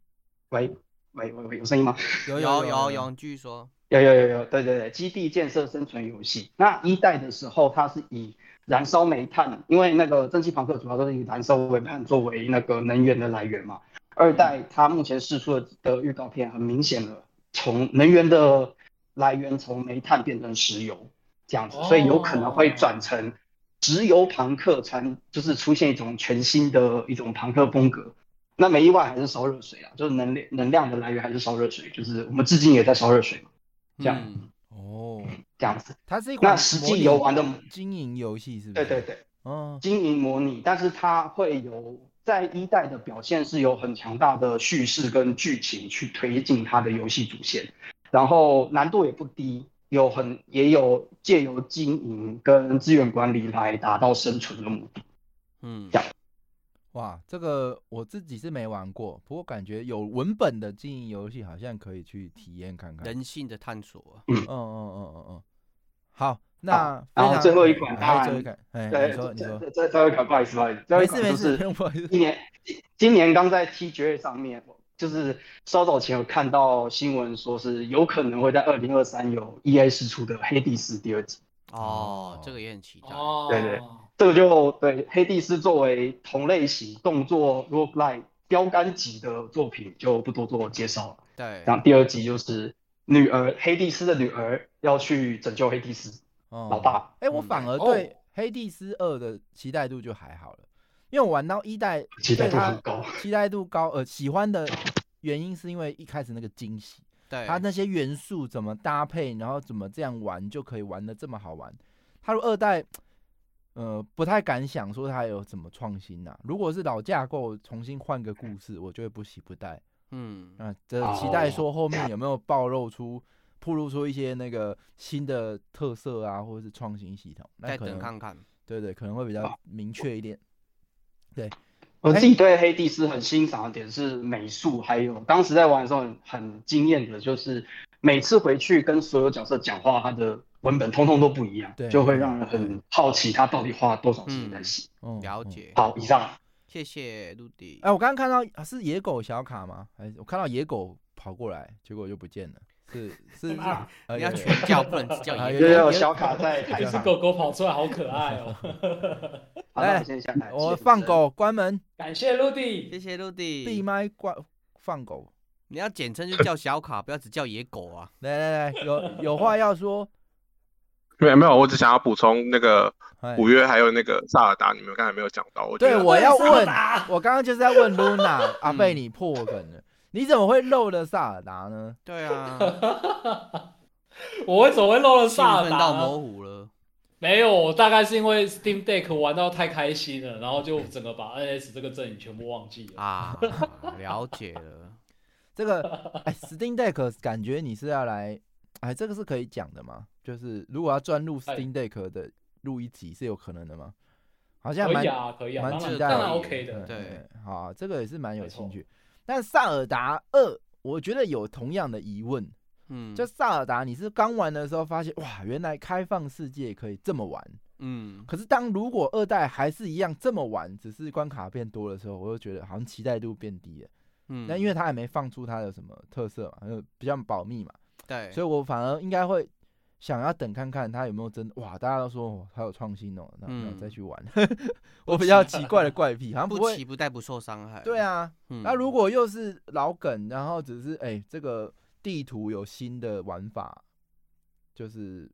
喂喂喂喂，有声音吗？有有有有有有，你继续说，有有有有，对对对，基地建设生存游戏。那一代的时候，它是以燃烧煤炭，因为那个蒸汽朋克主要都是以燃烧煤炭作为那个能源的来源嘛。二代它目前试出的的预告片，很明显的从能源的来源从煤炭变成石油这样子，所以有可能会转成石油朋克传，就是出现一种全新的一种朋克风格。那没意外还是烧热水啊，就是能量能量的来源还是烧热水，就是我们至今也在烧热水嘛。这样嗯哦，这样子。它是一款那实际模拟游玩的经营游戏，是不对是？对，对，嗯，经营模拟，但是它会有在一代的表现是有很强大的叙事跟剧情去推进它的游戏主线，然后难度也不低，有很也有借由经营跟资源管理来达到生存的目的。嗯，哇，这个我自己是没玩过，不过感觉有文本的经营游戏好像可以去体验看看。嗯人性的探索啊，嗯嗯嗯嗯嗯，好，那非然后常最后一款哎当然最后一款，哎，对你说，你说这，这这会很不好意思，不好意思，这没会事没就是事，不用不好意思今年今年刚在 TGA 上面，就是稍早前有看到新闻说是有可能会在二零二三有 EA 试出的《黑帝斯》第二季。哦哦，这个也很期待，哦，对对这个就对黑帝斯作为同类型动作 roguelike 标杆级的作品就不多做介绍了。对，然后第二集就是女儿黑帝斯的女儿要去拯救黑帝斯哦老爸。哎、我嗯反而哦对《黑帝斯二》的期待度就还好了，因为我玩到一代，期待对度它很高期待度高，呃，喜欢的原因是因为一开始那个惊喜，对，它那些元素怎么搭配，然后怎么这样玩就可以玩的这么好玩。它如果二代，呃，不太敢想说它有什么创新呐、如果是老架构重新换个故事，我就会不喜不待。嗯那这期待说后面有没有暴露出、暴露出一些那个新的特色啊，或者是创新系统？那再可等能看看，对对，可能会比较明确一点。对，我自己哎对黑帝斯很欣赏的点是美术，还有当时在玩的时候很很惊艳的，就是每次回去跟所有角色讲话，他的文本通通都不一样对，就会让人很好奇他到底花了多少时间在写。嗯了。嗯解。好，以上谢谢陆迪。哎，我刚刚看到啊是野狗小卡吗？哎，我看到野狗跑过来，结果就不见了。是 是，啊呃你要有全叫，不能只叫啊爷有也爷。有小卡在台一只上。狗狗跑出来，好可爱哦！ 好，那我先下来。哎我谢谢放主持人。狗关门，感谢陆地， 谢谢陆闭迪。麦关放狗。你要简称就叫小卡，不要只叫野狗啊。来来来，有有话要说。没有没有，我只想要补充那个哎古约还有那个萨尔达，你们刚才没有讲到，我 觉对，得我要 萨问达，我刚刚就是在问 Luna，阿贝你破梗了，你怎么会漏了萨尔达呢？对啊，我为什么会漏了兴萨尔奋达到呢模糊了。没有，大概是因为 Steam Deck 玩到太开心了，然后就整个把 NS 这个阵营全部忘记了。啊， 了解了。这个哎，Steam Deck 感觉你是要来，哎，这个是可以讲的吗？就是如果要转入哎 Steam Deck 的录一集是有可能的吗？好像可蛮以啊，可以啊，蛮当期然待的，当然 OK 的。对，对嗯好啊，这个也是蛮有没错兴趣。但萨尔达二，我觉得有同样的疑问，嗯，就萨尔达，你是刚玩的时候发现，哇，原来开放世界可以这么玩。嗯，可是当如果二代还是一样这么玩，只是关卡变多的时候，我就觉得好像期待度变低了。嗯，但因为它还没放出它的什么特色嘛，呃比较保密嘛，对，所以我反而应该会想要等看看它有没有真哇，大家都说哦它有创新哦，那那嗯再去玩。 我比较奇怪的怪癖，好像不不期会。不待不受伤害。对，啊，嗯那如果又是老梗，然后只是哎、这个地图有新的玩法，就是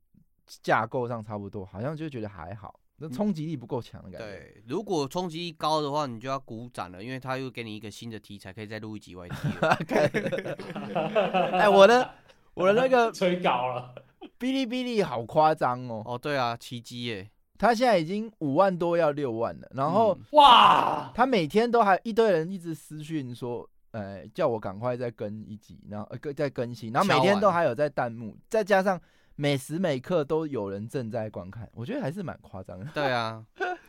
架构上差不多，好像就觉得还好，那冲击力不够强的感觉。嗯对，如果冲击力高的话，你就要鼓掌了，因为他又给你一个新的题材，可以再录一集 YT 了。 哎，我的我的那 个吹稿了，哔哩哔哩好夸张哦，哦，对啊，奇迹耶！他现在已经五万多要六万了，然后嗯哇！他每天都还一堆人一直私讯说，呃，叫我赶快再更一集，然后呃更再更新，然后每天都还有在弹幕，再加上每时每刻都有人正在观看，我觉得还是蛮夸张的，对 啊，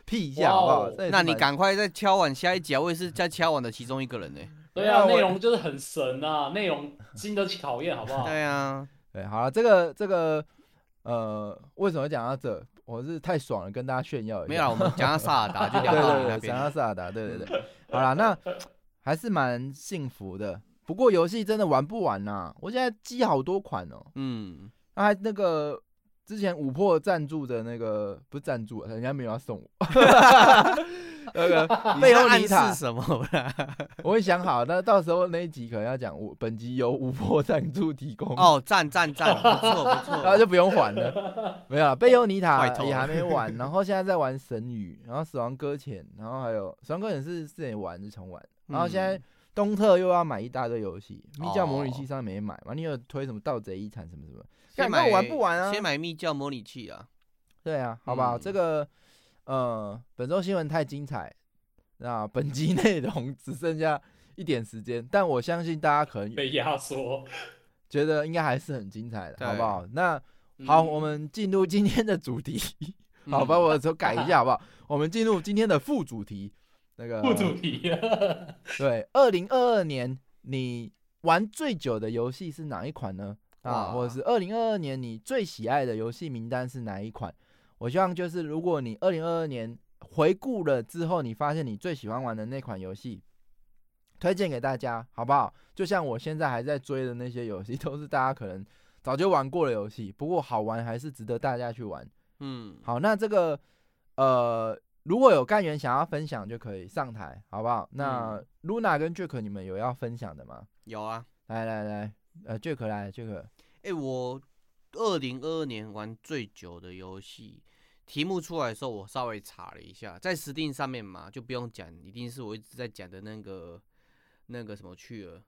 屁一下好不哇好哦？这也是那你蛮？赶快再敲完下一集啊！我也是在敲完的其中一个人呢。对啊啊，我内容就是很神啊，内容经得起考验，好不好？对啊，对，好了，这个这个呃，为什么讲到这？我是太爽了，跟大家炫耀一下。没有啦，我们讲到萨尔达就对聊到你那对对，边嗯想要了。萨尔达，对对对，好啦，那还是蛮幸福的。不过游戏真的玩不完呐、啊我现在积好多款哦。嗯，那还那个之前五破赞助的那个不是赞助啊，人家没有要送我。 那 个贝背后欧暗尼塔示，什 么啦？我会想好，那到时候那一集可能要讲，我本集由五破赞助提供，哦，赞赞赞，不错不 然后错。就不用还了。没有啦，贝欧尼塔坏透了也还 没玩，然后现在在玩神语，然后死亡搁浅，然后还有死亡搁浅是之前玩是重玩，然后现在嗯东特又要买一大堆游戏，密教模拟器哦上面也买嘛，你有推什么盗贼遗产什么什么，先干那买我玩不完啊先买密教模拟器啊。对啊，好吧，嗯这个呃，本周新闻太精彩，那本集内容只剩下一点时间，但我相信大家可能被压缩。觉得应该还是很精彩的，对好不好？那好，嗯我们进入今天的主题，嗯好，把我的手改一下，好不好？我们进入今天的副主题，那个不主题了。对，二零二二年你玩最久的游戏是哪一款呢？啊，哇或者是二零二二年你最喜爱的游戏名单是哪一款？我希望就是如果你二零二二年回顾了之后，你发现你最喜欢玩的那款游戏，推荐给大家，好不好？就像我现在还在追的那些游戏，都是大家可能早就玩过的游戏，不过好玩还是值得大家去玩。嗯，好，那这个呃，如果有干员想要分享，就可以上台，好不好？那嗯 Luna 跟 Jack 你们有要分享的吗？有啊。来来来，呃，Jack 来，Jack，哎、我二零二二年玩最久的游戏，题目出来的时候，我稍微查了一下，在 Steam 上面嘛，就不用讲，一定是我一直在讲的那个那个什么去了，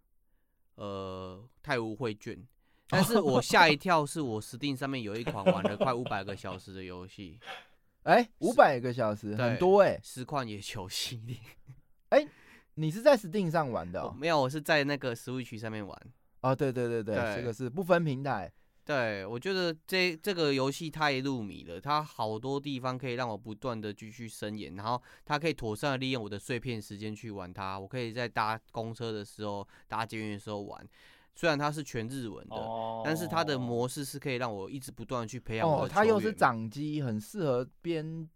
呃，太无绘卷。但 是我吓一跳，是我 Steam 上面有一款玩了快五百个小时的游戏，哎，五百个小时很对多哎、实况 野球系列。你是在 Steam 上玩的我哦？没有，我是在那个 Switch 上面玩。哦，对对对对，对这个是不分平台，对，我觉得这这个游戏太入迷了，它好多地方可以让我不断的继续伸延，然后它可以妥善的利用我的碎片时间去玩它。我可以在搭公车的时候、搭捷运的时候玩，虽然它是全日文的，哦，但是它的模式是可以让我一直不断的去培养我的哦，它球又是员掌机，很适合边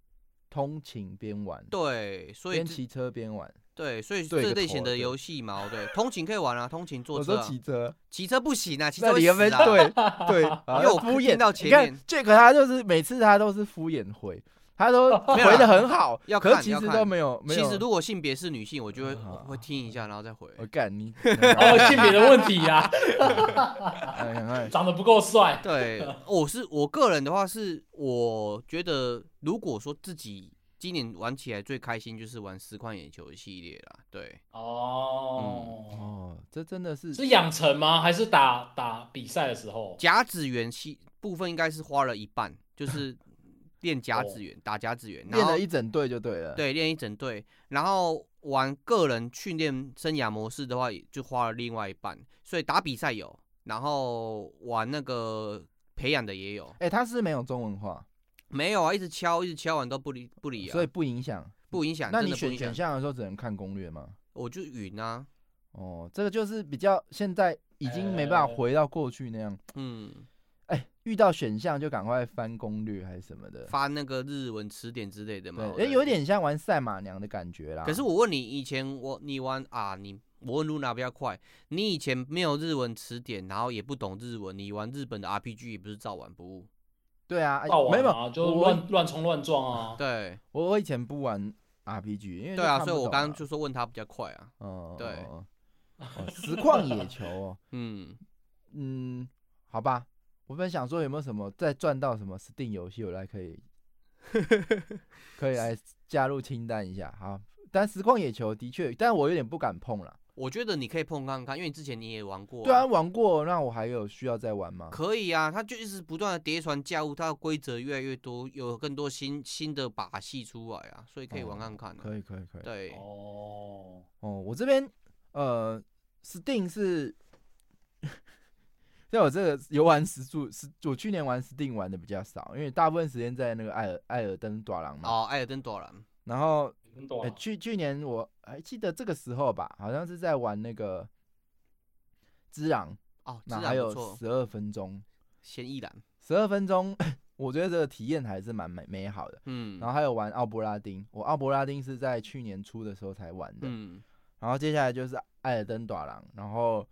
通勤边玩，对，所以边这骑车边玩。对，所以对这个类头型啊的对游戏嘛，对，通勤可以玩啊，通勤坐我车说啊，骑车，骑车不行啊，骑车那会你有没有死啊对 对？因啊为我敷听衍。到你前看面 Jack 他就是每次他都是敷衍回，他都没有啦回的很好，要可是看其要实看都没有没有。其实如果性别是女性，我就会啊会听一下，然后再回。我干 你，哦，性别的问题呀、哎赶 快长得不够帅，对，哦我是我个人的话是，我觉得如果说自己今年玩起来最开心，就是玩实况眼球系列啦。对，哦，哦，这真的是是养成吗？还是打打比赛的时候？甲子园系部分应该是花了一半， 就是练甲子园、打甲子园，然哦练后了一整队就对了。，对练一整队，然后玩个人训练生涯模式的话，也就花了另外一半。所以打比赛有，然后玩那个培养的也有，哎，他是没有中文化，没有啊，一直敲一直敲完都不理不理啊，所以不影响。不影响。那真你的不选影响选项的时候只能看攻略吗？我就云啊，哦，这个就是比较现在已经没办法呃回到过去那样。嗯，哎，遇到选项就赶快翻攻略还是什么的。发那个日文词典之类的嘛。对，我哎，的有。点像玩赛马娘的感觉啦。可是我问你，以前我你玩啊，你我问露娜比较快，你以前没有日文词典，然后也不懂日文，你玩日本的 RPG 也不是照玩不误。对啊，哎到没晚有，啊，就我乱乱冲乱撞啊。对我我以前不玩 RPG，因为对就啊，看所以不我懂刚啊刚哦就说问他比较快啊。嗯，对哦，哦哦实况野球哦，嗯，嗯，好吧，我本来想说有没有什么再赚到什么 Steam 游戏，我来可以可以来加入清单一下。好，但实况野球的确，但我有点不敢碰了。 我觉得你可以碰看看，因为你之前你也玩过、对啊，，玩过，那我还有需要再玩吗？可以啊，它就一直不断的叠船架物，它的规则越来越多，有更多新新的把戏出来啊，所以可以玩看看、啊可以，可以，可以。对，哦，哦，我这边呃，Steam 是， 在我这个游玩时数是，我去年玩 Steam 玩的比较少，因为大部分时间在那个艾尔艾尔登短廊嘛。哦，艾尔登多兰，然后很懂哎、啊。去去年我还记得这个时候吧，好像是在玩那个《之狼》，哦，质那量还不有错，十二分钟，先一览，十二分钟， 我觉得这个体验还是蛮美美好的。嗯，然后还有玩奥伯拉丁，我奥伯拉丁是在去年初的时候才玩的。嗯，然后接下来就是艾尔登短廊，然后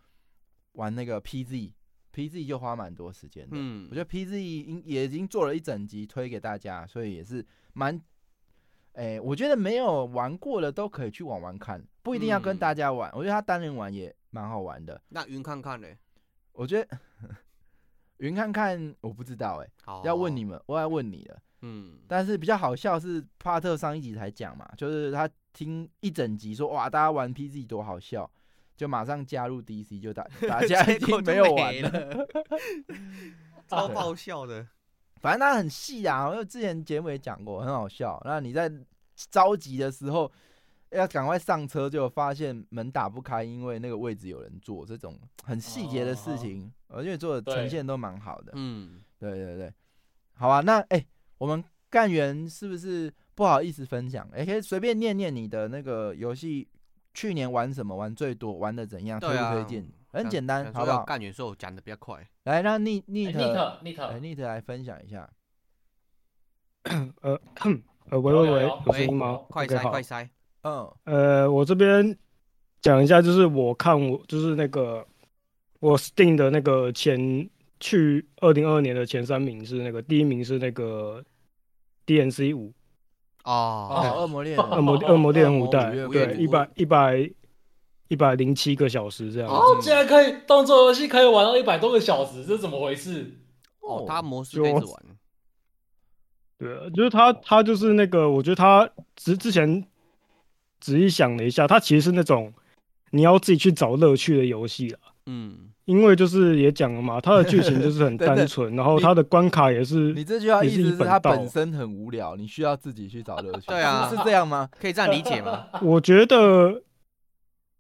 玩那个 PZ，PZ 就花蛮多时间的。嗯我觉得 PZ 已经也已经做了一整集推给大家，所以也是蛮，哎、我觉得没有玩过的都可以去玩玩看，不一定要跟嗯大家玩。我觉得他单人玩也蛮好玩的。那云看看嘞，我觉得 云看看我不知道哎、好，要问你，们，我要问你了。嗯，但是比较好笑是帕特上一集才讲嘛，就是他听一整集说哇，大家玩 PZ 多好笑，就马上加入 DC，就大 大家已结果经就没有玩没了。了，超爆笑 的，反正他很细啊，我之前节目也讲过，很好笑。那你在着急的时候要赶快上车，就发现门打不开，因为那个位置有人坐，这种很细节哦的事情，而且做的呈对现都蛮好的。嗯，对对对，好啊，那哎、我们干员是不是不好意思分享？哎、可以随便念念你的那个游戏，去年玩什么，玩最多，玩的怎样，推对不啊，推荐？很想简单，想好说不要好？干远说我讲的比较快，来让 Nit Nit 哎 Nit 来 Nit， Nit 来分享一下。呃呃，喂喂喂，有喂嗯声音吗？快 OK，塞好快塞，嗯，呃，我这边讲一下，就是我看我就是那个我 Steam 的那个前去二零二二年的前三名是那个第一名是那个 DNC 五哦，哦，恶魔猎恶人，魔恶魔猎人恶魔五代五月，对，份一百一百一百零七个小时这样。哦，嗯竟然可以动作游戏可以玩到一百多个小时，这是怎么回事？哦，他模式可以一直玩，对，啊就是他，他就是那个，我觉得他之之前仔细想了一下，他其实是那种你要自己去找乐趣的游戏啊啦。嗯，因为就是也讲了嘛，它的剧情 就是很等等单纯，然后它的关卡也是你这句话意也是思一是本它道啊本身很无聊，你需要自己去找乐趣，对啊是是这样吗？可以这样理解吗？我觉得，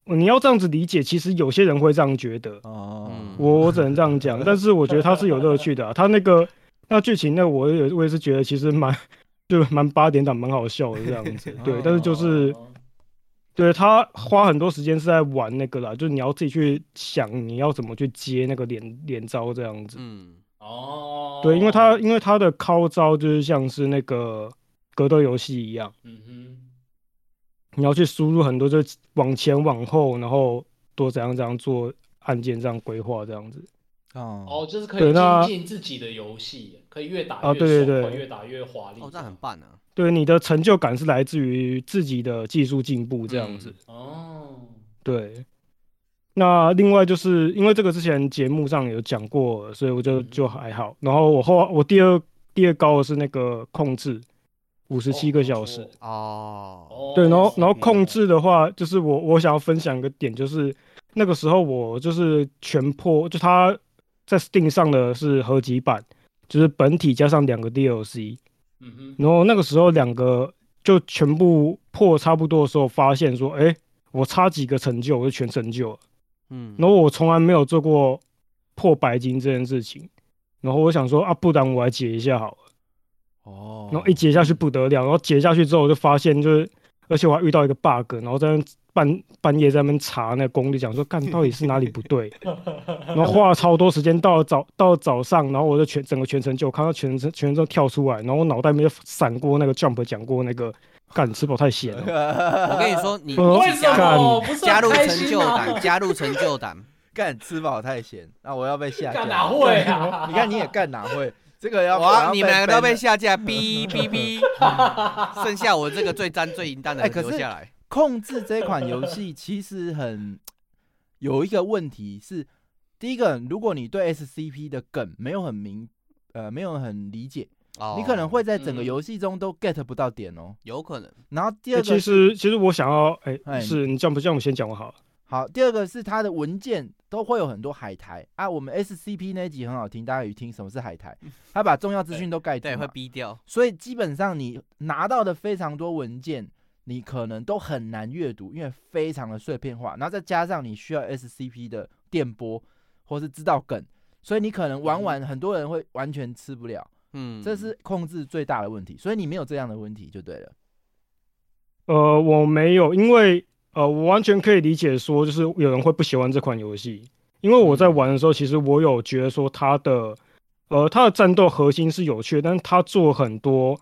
你要这样子理解，其实有些人会这样觉得。哦，。嗯我我只能这样讲，但是我觉得它是有乐趣的、啊。它那个那剧情，那我也我也是觉得其实蛮 就蛮八点档，蛮好笑的这样子 对，但是就是对他花很多时间是在玩那个啦，就是你要自己去想你要怎么去接那个连连招这样子。嗯，哦，对，因为他因为他的靠招就是像是那个格斗游戏一样，嗯哼，你要去输入很多，就是往前往后，然后多怎样怎样做按键这样规划这样子。哦，哦，就是可对以那精进自己的游戏，可以越打越啊对对爽对快越打越华丽，哦，这很棒啊。对，你的成就感是来自于自己的技术进步这样子。哦，对。那另外就是因为这个之前节目上有讲过，所以我就就还好。然后我后我第二第二高的是那个控制，五十七个小时。哦，哦，对，然后是然后控制的话，就是我我想要分享一个点，就是那个时候我就是全破，就它在 Steam 上的是合集版，就是本体加上两个 DLC，嗯哼，然后那个时候两个就全部破差不多的时候，发现说，哎，我差几个成就我就全成就了，嗯，然后我从来没有做过破白金这件事情，然后我想说啊，不然我来解一下好了。哦，然后一截 下去不得了，然后截下去之后我就发现就是，而且我还遇到一个 bug，然后在那边半半夜在那边查那个攻略，讲说干到底是哪里不对，然后花了超多时间，到了早到了早上，然后我就全整个全程就我看到全程全程都跳出来，然后我脑袋里面就闪过那个 jump 讲过那个干吃饱太咸了，我跟你说，你呃你为只什加干么不是加很入开成心就吗？感，加入成就感，干吃饱太闲，那我要被下架干了。哪会啊？你看你也干哪会？这个 要我哇，要啊你们两个都被被 ban 下架，哔哔哔，剩下我这个最脏最淫荡的哎可是留下来。控制这款游戏其实很有一个问题是，第一个，如果你对 SCP 的梗没有很明，呃，没有很理解，哦，你可能会在整个嗯游戏中都 get 不到点哦。有可能，然后 第欸二其个实其实我想要哎、哎是你 jump jump 先讲我好了，好，第二个是它的文件都会有很多海苔啊。我们 SCP 那一集很好听，大家有听什么是海 苔？它把重要资讯都盖住对，会嘛，逼掉。所以基本上你拿到的非常多文件，你可能都很难阅读，因为非常的碎片化。然后再加上你需要 SCP 的电波或是知道梗，所以你可能玩完很多人会完全吃不了，嗯，这是控制最大的问题。所以你没有这样的问题就对了。呃，我没有，因为呃，我完全可以理解说，就是有人会不喜欢这款游戏，因为我在玩的时候，其实我有觉得说它的呃它的战斗核心是有趣的，但是它做很多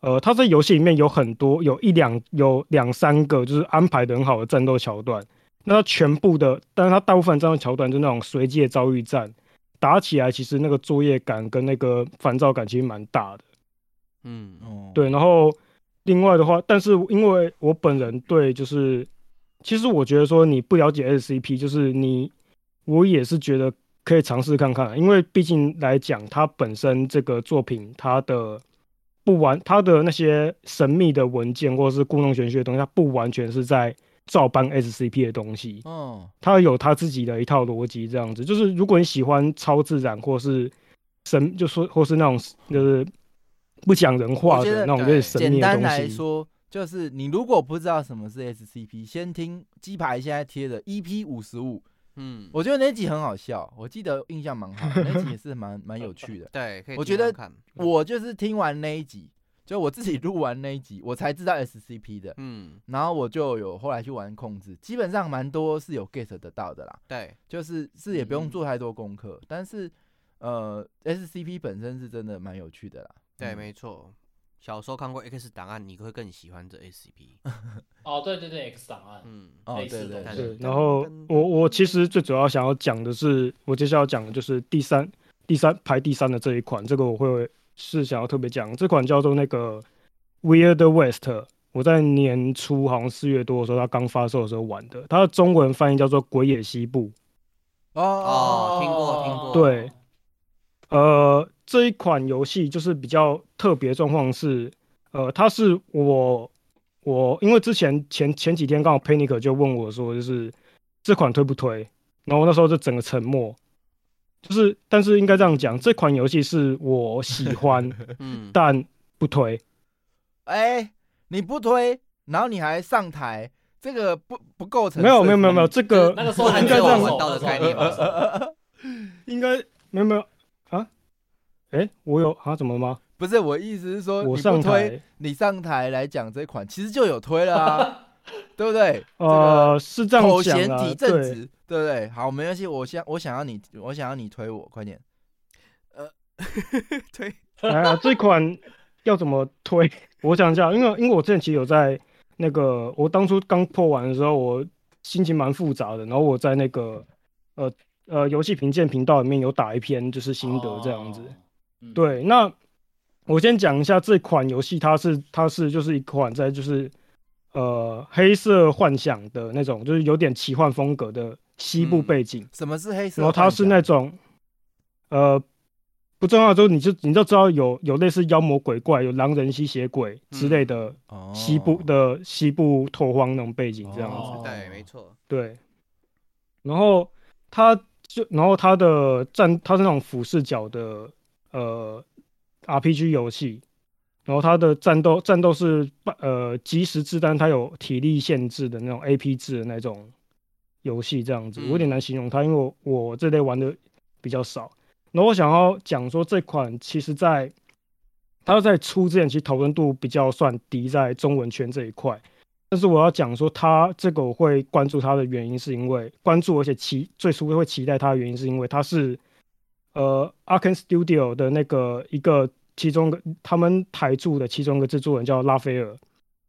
呃，它在游戏里面有很多有一两有两三个就是安排的很好的战斗桥段，那它全部的，但是它大部分战斗桥段就那种随机的遭遇战。打起来其实那个作业感跟那个烦躁感其实蛮大的。嗯哦，对，然后另外的话，但是因为我本人对就是，其实我觉得说你不了解 SCP，就是你，我也是觉得可以尝试看看，因为毕竟来讲，它本身这个作品它的不完，它的那些神秘的文件或者是故弄玄虚的东西，它不完全是在照搬 SCP 的东西，嗯，它有它自己的一套逻辑，这样子。就是如果你喜欢超自然或是神，就说或是那种就是不讲人话我觉得的那种，就是神简秘的单东来西。说，就是你如果不知道什么是 SCP，先听鸡排现在贴的 EP 五十五，嗯，我觉得那集很好笑，我记得印象蛮好的，那集也是蛮蛮有趣的。对，可以我觉听得看看，我就是听完那一集，就我自己录完那一集，我才知道 SCP 的，嗯，然后我就有后来去玩控制，基本上蛮多是有 get 得到的啦，对，就是是也不用嗯做太多功课，但是呃 SCP 本身是真的蛮有趣的啦。对，嗯没错。小时候看过 X 档案，你会更喜欢这 SCP。哦，对对对，X 档案，嗯，哦类似对 对的东对西对，然后我我其实最主要想要讲的是，我接下来要讲的就是第三第三排第三的这一款，这个我会是想要特别讲，这款叫做那个 Weird West。我在年初好像四月多的时候，它刚发售的时候玩的，它的中文翻译叫做《鬼野西部》。哦哦哦听过听过对，呃，这一款游戏就是比较特别状况是，呃，它是我我因为之前前前几天刚好 Panic 就问我说，就是这款推不推？然后那时候就整个沉默。就是，但是应该这样讲，这款游戏是我喜欢，嗯，但不推。哎、你不推，然后你还上台，这个不不构成没有没有胜没有没有，负这个那个时候还应没该有这样呃玩玩子到的概念吧？应该没有没有啊？哎，我有啊？怎么了吗？不是我意思是说，我你不上推台你上台来讲这款，其实就有推了啊， 对不对？呃，是这这个样口讲嫌啊体，正对，直，对不对？好，没关系，我想我想要你，我想要你推我，快点。对， 哎呀，这款要怎么推？ 我想一下，因为因为我之前其实有在那个，我当初刚破完的时候，我心情蛮复杂的。然后我在那个呃呃游戏评鉴频道里面有打一篇就是 心得这样子。哦，嗯，对，那我先讲一下这款游戏，它是它是就是一款在就是呃黑色幻想的那种，就是有点奇幻风格的西部嗯背景。什么是黑色然幻想？后它是那种，呃，不重要之后你就你就知道有有类似妖魔鬼怪、有狼人吸血鬼之类的哦西部、的西部拓荒那种背景这样子，哦对，没错，对。然后它就然后它的战它是那种俯视角的呃 RPG 游戏，然后它的战斗战斗是呃即时制，但它有体力限制的那种 AP 制的那种游戏这样子，我有点嗯难形容它，因为我我这类玩的比较少。然后我想要讲说，这款其实在它在出之前，其实讨论度比较算低在中文圈这一块。但是我要讲说，它这个我会关注它的原因，是因为关注而且期最初会期待它的原因，是因为它是呃 a r k a n Studio 的那个一个其中一个他们台柱的其中一个制作人叫拉斐尔，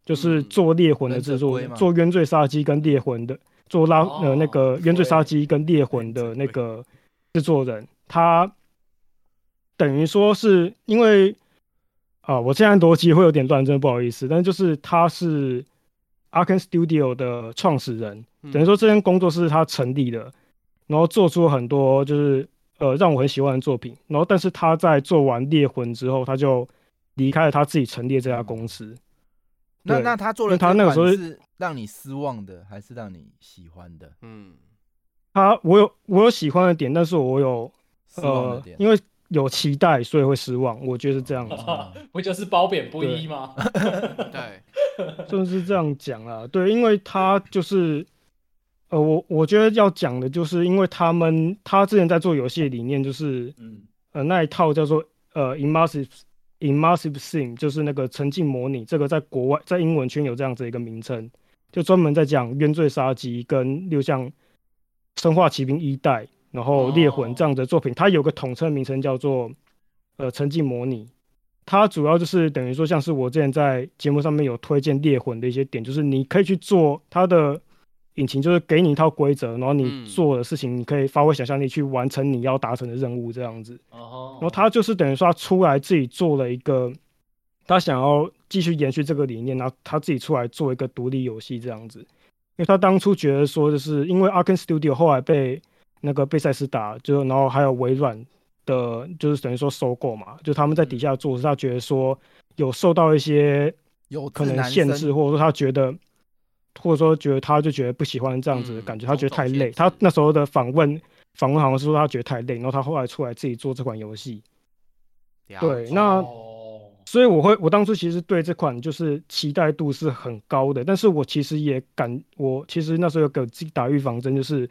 就是嗯做《猎魂》的忍者制作龟人，吗做《冤罪杀机》跟《猎魂》的，做拉呃那哦个《冤罪杀对机》跟《猎魂》的那个制作人，他等于说是因为啊，我现在逻辑会有点乱，真的不好意思，但就是他是 a r k a n Studio 的创始人，嗯等于说这间工作室他成立的，然后做出很多就是呃让我很喜欢的作品，然后但是他在做完《猎魂》之后，他就离开了他自己成立的这家公司。嗯那对那他做因了为他这那个时款候是让你失望的，还是让你喜欢的？嗯，他我有我有喜欢的点，但是我有失望的呃点，因为有期待，所以会失望。我觉得是这样子，哦不就是褒贬不一吗？对，就是这样讲啦。对，因为他就是呃，我我觉得要讲的就是，因为他们他之前在做游戏的理念就是嗯，呃那一套叫做呃 immersive immersive sim，就是那个沉浸模拟，这个在国外在英文圈有这样子一个名称，就专门在讲冤罪杀机跟六项生化奇兵一代，然后猎魂哦这样的作品，它有个统称名称叫做呃沉浸模拟。它主要就是等于说，像是我之前在节目上面有推荐猎魂的一些点，就是你可以去做它的引擎，就是给你一套规则，然后你嗯做的事情，你可以发挥想象力去完成你要达成的任务这样子。哦然后他就是等于说他出来自己做了一个，他想要继续延续这个理念，然后他自己出来做一个独立游戏这样子。因为他当初觉得说，就是因为 a r k a n Studio 后来被那个贝塞斯达，就然后还有微软的，就是等于说收购嘛，就他们在底下做，他觉得说有受到一些有可志能男限生制，或者说他觉得，或者说觉得他就觉得不喜欢这样子的嗯感觉，他觉得种太种限累。他制那时候的访问访问好像是说他觉得太累，然后他后来出来自己做这款游戏。了对，解那哦，所以我会，我当初其实对这款就是期待度是很高的，但是我其实也感，我其实那时候有给自己打预防针，就是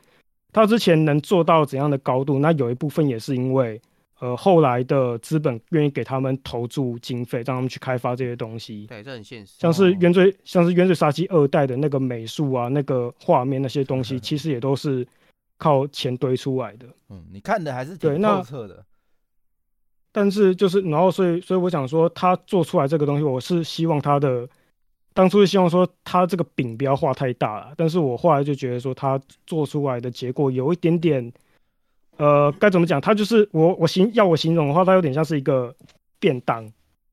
他之前能做到怎样的高度，那有一部分也是因为，呃，后来的资本愿意给他们投注经费，让他们去开发这些东西，对，这很现实，像是哦原罪，像是原罪杀机二代的那个美术啊，那个画面那些东西，其实也都是靠钱堆出来的。嗯，你看的还是对挺那透彻的。但是就是，然后所以所以我想说，他做出来这个东西，我是希望他的当初是希望说他这个饼不要画太大了，但是我后来就觉得说他做出来的结果有一点点，呃，该怎么讲？他就是我我形要我形容的话，它有点像是一个便当，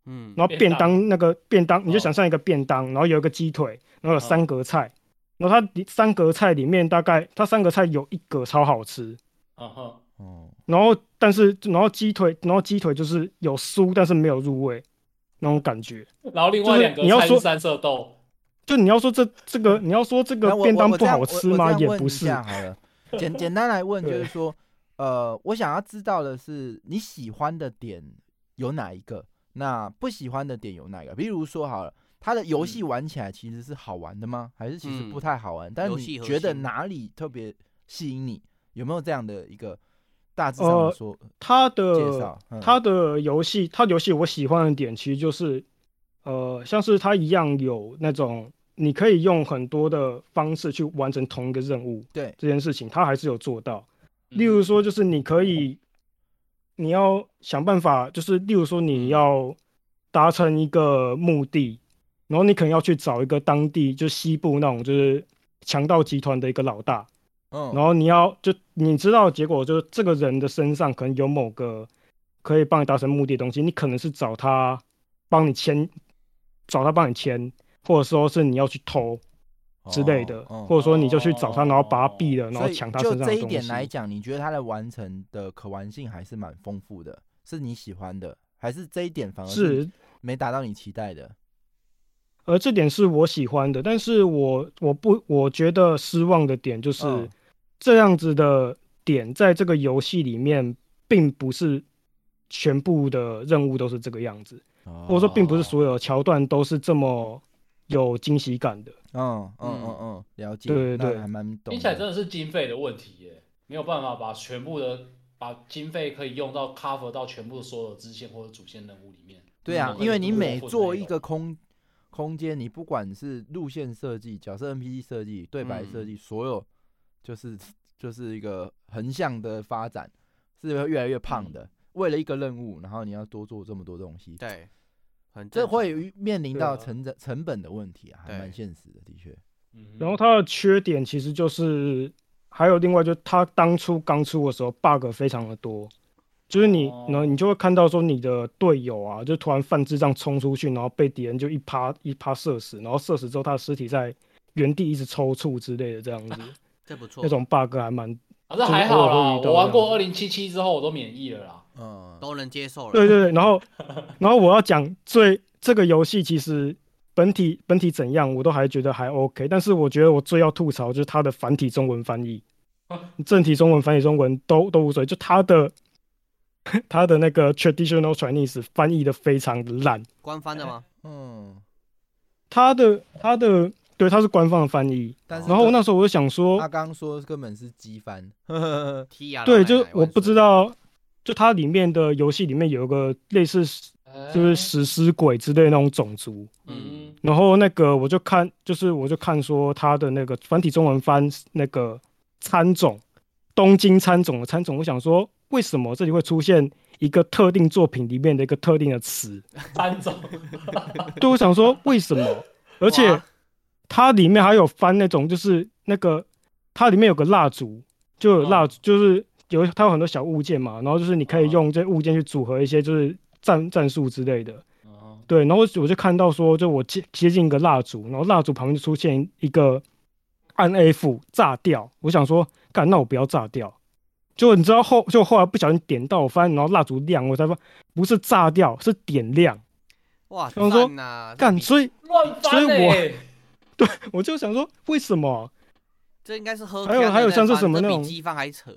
嗯，然后便便当当那个便当，你就哦想象一个便当，然后有一个鸡腿，然后有三格菜，然后它里三格菜里面大概它三格菜有一格超好吃，嗯哼，哦，然后但是然后鸡腿，然后鸡腿就是有酥，但是没有入味那种感觉。然后另外两个就是你要菜说是三色豆，就你要说这这个，你要说这嗯那个我便我当我不这样好我吃我这吗？样也问不一是下。好了， 简简单来问就是说，呃，我想要知道的是你喜欢的点有哪一个，那不喜欢的点有哪一个？比如说好了，它的游戏玩起来其实是好玩的吗？还是其实嗯不太好玩？但游你戏核觉得心哪里特别吸引你？有没有这样的一个大致上的呃说？它介绍的嗯它的游戏，它的游戏我喜欢的点其实就是，呃，像是它一样有那种你可以用很多的方式去完成同一个任务对，这件事情，它还是有做到。嗯例如说，就是你可以，你要想办法，就是例如说你要达成一个目的，然后你可能要去找一个当地就西部那种就是强盗集团的一个老大，嗯，然后你要就你知道结果，就是这个人的身上可能有某个可以帮你达成目的的东西，你可能是找他帮你签，找他帮你签，或者说是你要去偷之类的，哦或者说你就去找他，然后把他毙了，然所后以抢他身就上的这东西。一点来讲，你觉得它的完成的可玩性还是蛮丰富的，是你喜欢的，还是这一点反而是没达到你期待 的？而这点是我喜欢的，但是我我不我觉得失望的点就是、嗯这样子的点，在这个游戏里面并不是全部的任务都是这个样子，我或者说哦并不是所有桥段都是这么有惊喜感的。嗯嗯嗯嗯嗯，了解，对对那对还蛮懂的。听起来真的是经费的问题耶，没有办法把全部的把经费可以用到 cover 到全部所有支线或者主线任务里面。对啊，嗯因为你每或者做一内容个空空间，你不管是路线设计、角色 NPC 设计、对白嗯设计，所有就是就是一个横向的发展，是会越来越胖嗯的。为了一个任务，然后你要多做这么多东西，对，很这正常会面临对到啊成长成本的问题啊，还蛮对现实的，的确。嗯哼然后它的缺点其实就是还有另外就是它当初刚出的时候 bug 非常的多，就是你哦呢你就会看到说你的队友啊，就突然犯智障冲出去，然后被敌人就一趴一趴射死，然后射死之后他的尸体在原地一直抽搐之类的这样子，这不错，那种 bug 还蛮啊，这还好啦，就是偶尔会遇到我玩过二零七七之后我都免疫了啦。嗯，都能接受了。对对对，然后然后我要讲最这个游戏其实本体本体怎样，我都还觉得还 OK，但是我觉得我最要吐槽就是它的繁体中文翻译，正体中文、繁体中文都都无所谓，就它的它的那个 traditional Chinese 翻译的非常的烂，官方的吗？嗯，它的它的对它是官方的翻译，但是然后跟那时候我就想说，他刚说根本是机翻， 呵呵呵踢呀，对，老奶就奶我不知，道，就它里面的游戏里面有一个类似 哎就是食尸鬼之类的那种种族。万岁嗯，然后那个我就看，就是我就看说他的那个繁体中文翻那个参种，东京参种的参种，我想说为什么这里会出现一个特定作品里面的一个特定的词？三 种，对，我想说为什么？而且哇它里面还有翻那种，就是那个它里面有个蜡烛，就有蜡烛，就是有它有很多小物件嘛，然后就是你可以用这物件去组合一些就是战战术之类的。嗯对，然后我就我就看到说，就我接接近一个蜡烛，然后蜡烛旁边就出现一个按 A 符炸掉，我想说，干，那我不要炸掉。就你知道后，就后来不小心点到，我发现然后蜡烛亮，我才发不是炸掉，是点亮。哇，想说赞啊呐，干，这比所以乱所翻以嘞、我我就想说，为什么？这应该是喝还有咖的还有在像是翻什么这那比种鸡饭还扯，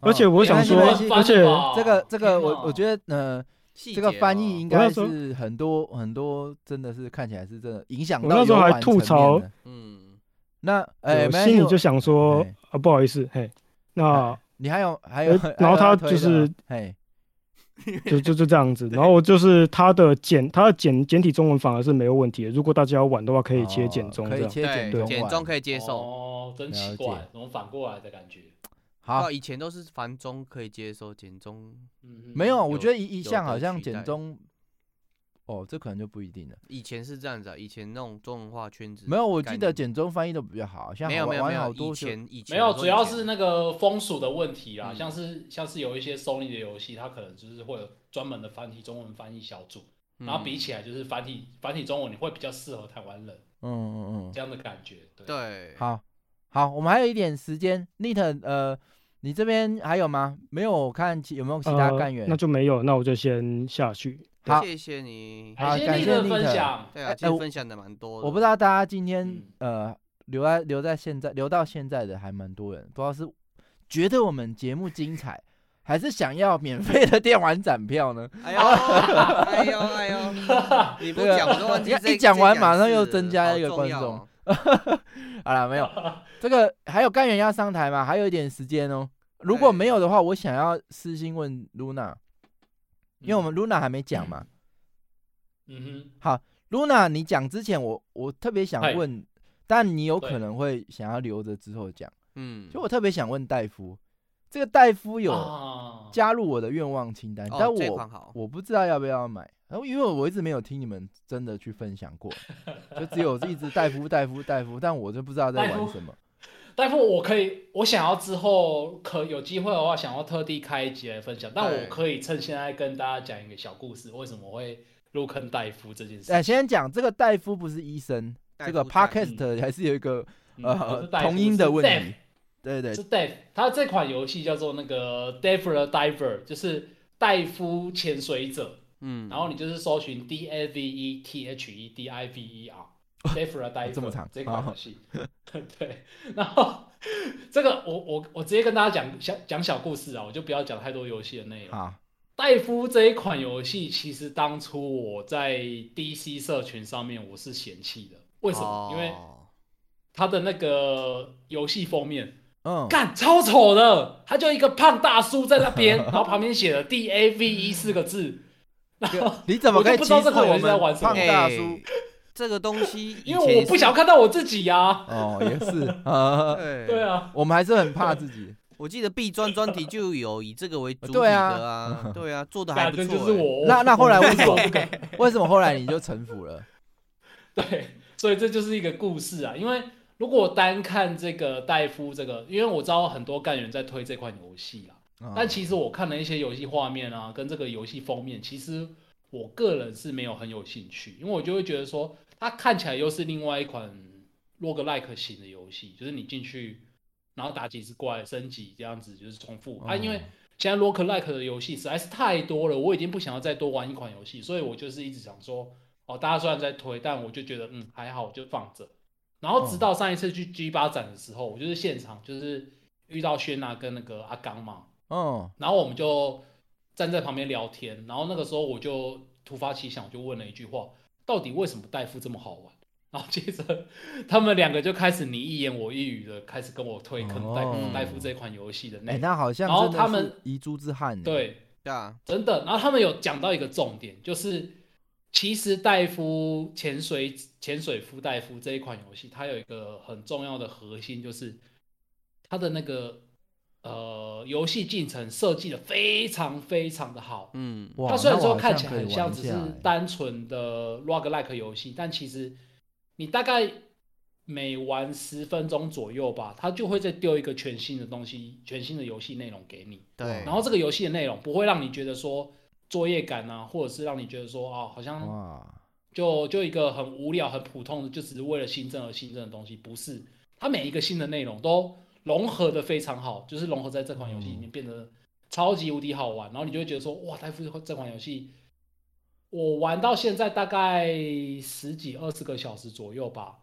而且我想哦没说哦关系没，关而系且乱翻这个这个天哪我我觉得呃。细这个节翻哦译应我那该时候是很多很多，真的是看起来是真的影响我到那时候游还玩层吐面槽的嗯，那哎，我没关心系里我就想说哎，啊，不好意思，嘿， 那你还有还有，呃还有然后要他推就的吗是哎，就就就这样子。然后就是它的简，它的简简体中文反而是没有问题的。如果大家要玩的话，可以切简哦中可这以样。切简对，中，简中可以接受。哦，真奇了怪，怎么反过来的感觉？好哦到，以前都是繁中可以接受，简中嗯，没有，我有觉得一一项有好待像取简代中，哦，这可能就不一定了。以前是这样子啊，以前那种中文化圈子没有，我概记得念简中翻译的比较好，像没有好没有玩没好有，多以就前以前没有，我说主以要前是那个风俗的问题啦，嗯像是像是有一些 Sony 的游戏，它可能就是会有专门的繁体中文翻译小组，然嗯后比起来就是繁体繁体中文你会比较适合台湾人嗯嗯嗯，这样的感觉，对，对，好好，我们还有一点时间，Nit，呃，你这边还有吗？没有，我看其有没有其他呃干员？那就没有，那我就先下去。好谢谢你，好谢感你谢的 Nick 分享，对哎啊，今天我分享的蛮多的，我不知道大家今天嗯呃留在留在现在留到现在的还蛮多人，不知道是觉得我们节目精彩，还是想要免费的电玩展票呢？哎呦，哎呦，哎 呦！你不讲我都忘啊你记看这一讲完这马上事又了增加好一个重观要众哦好了，没 有这个还有干员要上台吗？还有一点时间哦。如果哎没有的话，我想要私信问 Luna，因为我们 Luna 还没讲嗯嘛。嗯好，Luna，你讲之前我，我特别想嗨问，但你有对可能会想要留着之后讲。嗯，就我特别想问戴夫，这个戴夫哼，有啊，加入我的愿望清单，哦但这款好我我不知道要不要买，然后因为我一直没有听你们真的去分 享过，就只有一直戴夫戴夫戴夫，但我就不知道在戴玩夫什么。大夫，我可以，我想要之后可有机会的话，想要特地开一集来分享。但对我可以趁现在跟大家讲一个小故事，为什么会入坑戴夫这件事。哎，先讲这个戴夫不是医生，戴这个夫戴 podcast 还是有一个嗯不呃是戴夫同音的问是 Dave 题。对对是 Dave，他这款游戏叫做那个 Dave the Diver，就是戴夫潜水者。嗯，然后你就是搜寻 D A V E T H E D I V E R。d a v e r Diver 这么长啊这款游戏， 对，然后这个我我我直接跟大家讲小讲小故事啊，我就不要讲太多游戏的内容。好，戴夫这一款游戏，其实当初我在 DC 社群上面我是嫌弃的，为什么？因为哦它的那个游戏封面嗯，干超丑的，他就一个胖大叔在那 边，然后旁边写了 D A V E 四个字，然后你怎么我就可以不歧知道视这款游我戏在们玩什么胖大哎叔？这个东西以前也因是，为我不想看到我自己呀、啊。哦，也是，呃，对 对，啊，我们还是很怕自 己。哎我记得 B 专专题就有以这个为主体对的啊 啊，对啊，做的还反不错正欸。就是我。那那后来为什么我不敢？为什么后来你就臣服了？对，所以这就是一个故事啊。因为如果单看这个戴夫这个，因为我知道很多干员在推这款游戏啊啦，嗯但其实我看了一些游戏画面啊，跟这个游戏封面，其实我个人是没有很有兴趣，因为我就会觉得说，它看起来又是另外一款 log like 型的游戏，就是你进去，然后打几只怪，升级这样子，就是重复、啊。因为哦现在 log like 的游戏实在是太多了，我已经不想要再多玩一款游戏，所以我就是一直想说，哦，大家虽然在推，但我就觉得嗯还好，我就放着。然后直到上一次去 G 八展的时候，我就是现场就是遇到轩娜跟那个阿刚嘛，嗯，然后我们就站在旁边聊天，然后那个时候我就突发奇想，我就问了一句话：到底为什么戴夫这么好玩？ 然后接着他们两个就开始你一言我一语的开始跟我推坑戴夫、哦戴夫这款游戏的内哎，容。那好像然后真的他是们遗珠之憾呢。欸对，对啊，真的。然后他们有讲到一个重点，就是其实戴夫潜水潜水夫戴夫这一款游戏，它有一个很重要的核心，就是它的那个呃游戏进程设计的非常非常的好。嗯，哇，它虽然那我说好看起来可以很玩像一只下是哎单纯的 roguelike 游戏，但其实你大概每玩十分钟左右吧，它就会再丢一个全新的东西、全新的游戏内容给你。对。然后这个游戏的内容不会让你觉得说作业感啊，或者是让你觉得说啊，好像哇，就就一个很无聊、很普通的，就只是为了新增而新增的东西，不是。它每一个新的内容都融合的非常好，就是融合在这款游戏里面变得超级无敌好玩，然后你就会觉得说，哇，戴夫这款游戏。我玩到现在大概十几二十个小时左右吧，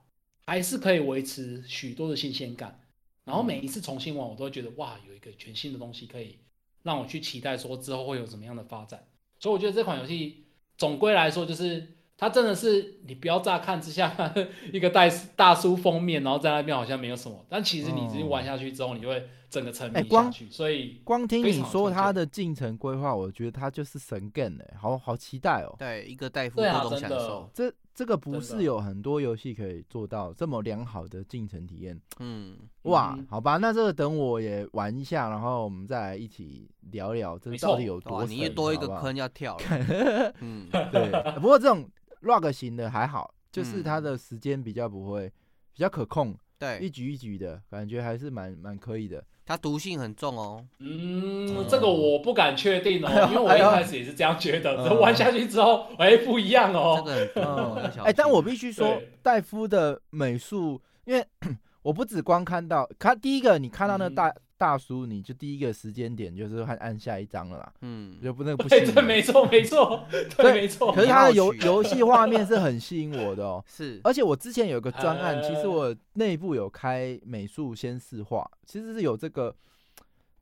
还是可以维持许多的新鲜感。然嗯后每一次重新玩，我都会觉得哇，有一个全新的东西可以让我去期待，说之后会有什么样的发展。所以我觉得这款游戏总归来说，就是它真的是你不要乍看之下 一个大大叔封面，然后在那边好像没有什么，但其实你直接玩下去之后，你就会整个沉哦哎迷下光去。所以光听非你常说推他荐的进程规划，我觉得他就是神 game 哎，好好期待哦。对，一个大夫对啊各种真享的受，这这个不真是的有很多游戏可以做到这么良好的进程体验嗯，哇？嗯好吧，那这个等我也玩一下，然后我们再来一起聊聊这没到错底有多哇，神。啊你又多一个好不好坑要跳了， 嗯， 对，不过这种 rock 型的还好，就是它嗯的时间比较不会，比较可控，一对，局一局的感觉还是蛮蛮可 以的。它毒性很重哦，嗯，这个我不敢确定哦， 因为我哎一呦开始也是这样觉得，嗯这 玩下去之后，哎，不一样这哦。个很毒哦，要小哎、但心我必须说对，戴夫的美术，因为 我不只光看到看第一个，你看到那嗯大、大叔，你就第一个时间点就是按按下一张了啦，嗯，就不那个不吸哎对引对，人。没错 没错，对对没错可。是他的你好游奇游戏画面是很吸引我的哦，是，而且我之前有个专案，其实呃我内部有开美术先试画，其实是有这个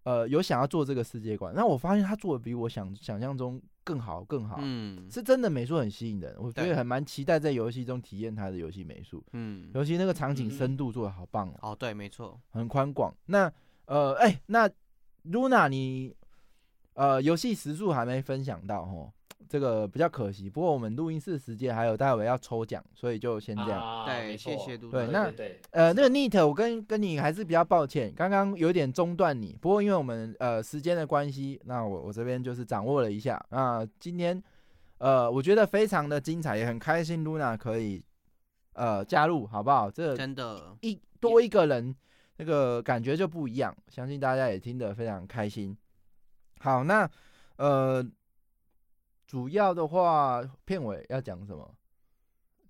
呃有想要做这个世界观，那我发现他做的比我想想象中更好更好，嗯是真的美术很吸引人，我觉对得很蛮期待在游戏中体验他的游戏美术，嗯，尤其那个场景嗯深度做的好棒哦，哦对，没错，很宽广。那呃，哎、那 Luna 你呃游戏时速还没分享到哦，这个比较可惜。不过我们录音室时间还有待会要抽奖，所以就先这样。啊对，没错谢谢杜对德那对对，呃，那个 Neat，我跟跟你还是比较抱歉，刚刚有点中断你。不过因为我们呃时间的关系，那我我这边就是掌握了一下。那、今天呃，我觉得非常的精彩，也很开心 Luna 可以呃加入，好不好？这真的，一多一个人，那个感觉就不一样。相信大家也听得非常开心。好，那呃，主要的话，片尾要讲什么？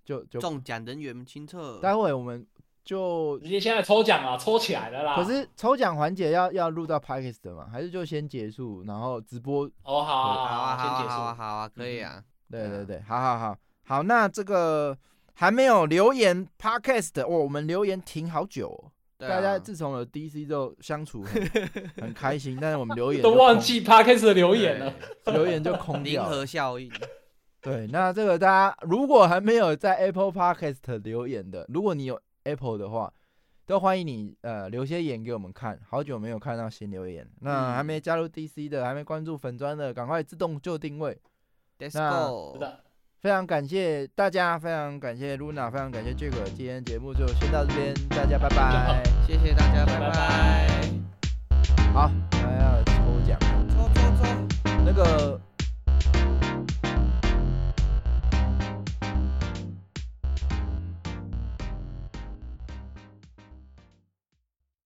就就中奖人员清册，待会我们就直，接现在抽奖啊，抽起来了啦。可是抽奖环节要要录到 p a k i s 的嘛？还是就先结束，然后直播？哦，好好啊啊，好先结啊，束嗯好啊，好啊，可以啊，对对对啊对，好好好好。那这个还没有留言 podcast 的哦，我们留言停好久、哦。对大啊家自从有 DC 之后相处很很开心，但是我们留言 都就忘空记 podcast 的留言了。留言就空零掉了。和 效应，对，那这个大家如果还没有在 Apple Podcast 留言的，如果你有 Apple 的话，都欢迎你呃留些言给我们看。好久没有看到新留言，那还没加入 DC 的，还没关注粉砖的，赶快自动就定位。 Let's 那 go，是的，非常感谢大家，非常感谢 Luna，非常感谢 Jack，今天节目就先到这边，大家拜 拜。谢谢大家，拜拜拜，好，还要抽奖，走走走。那个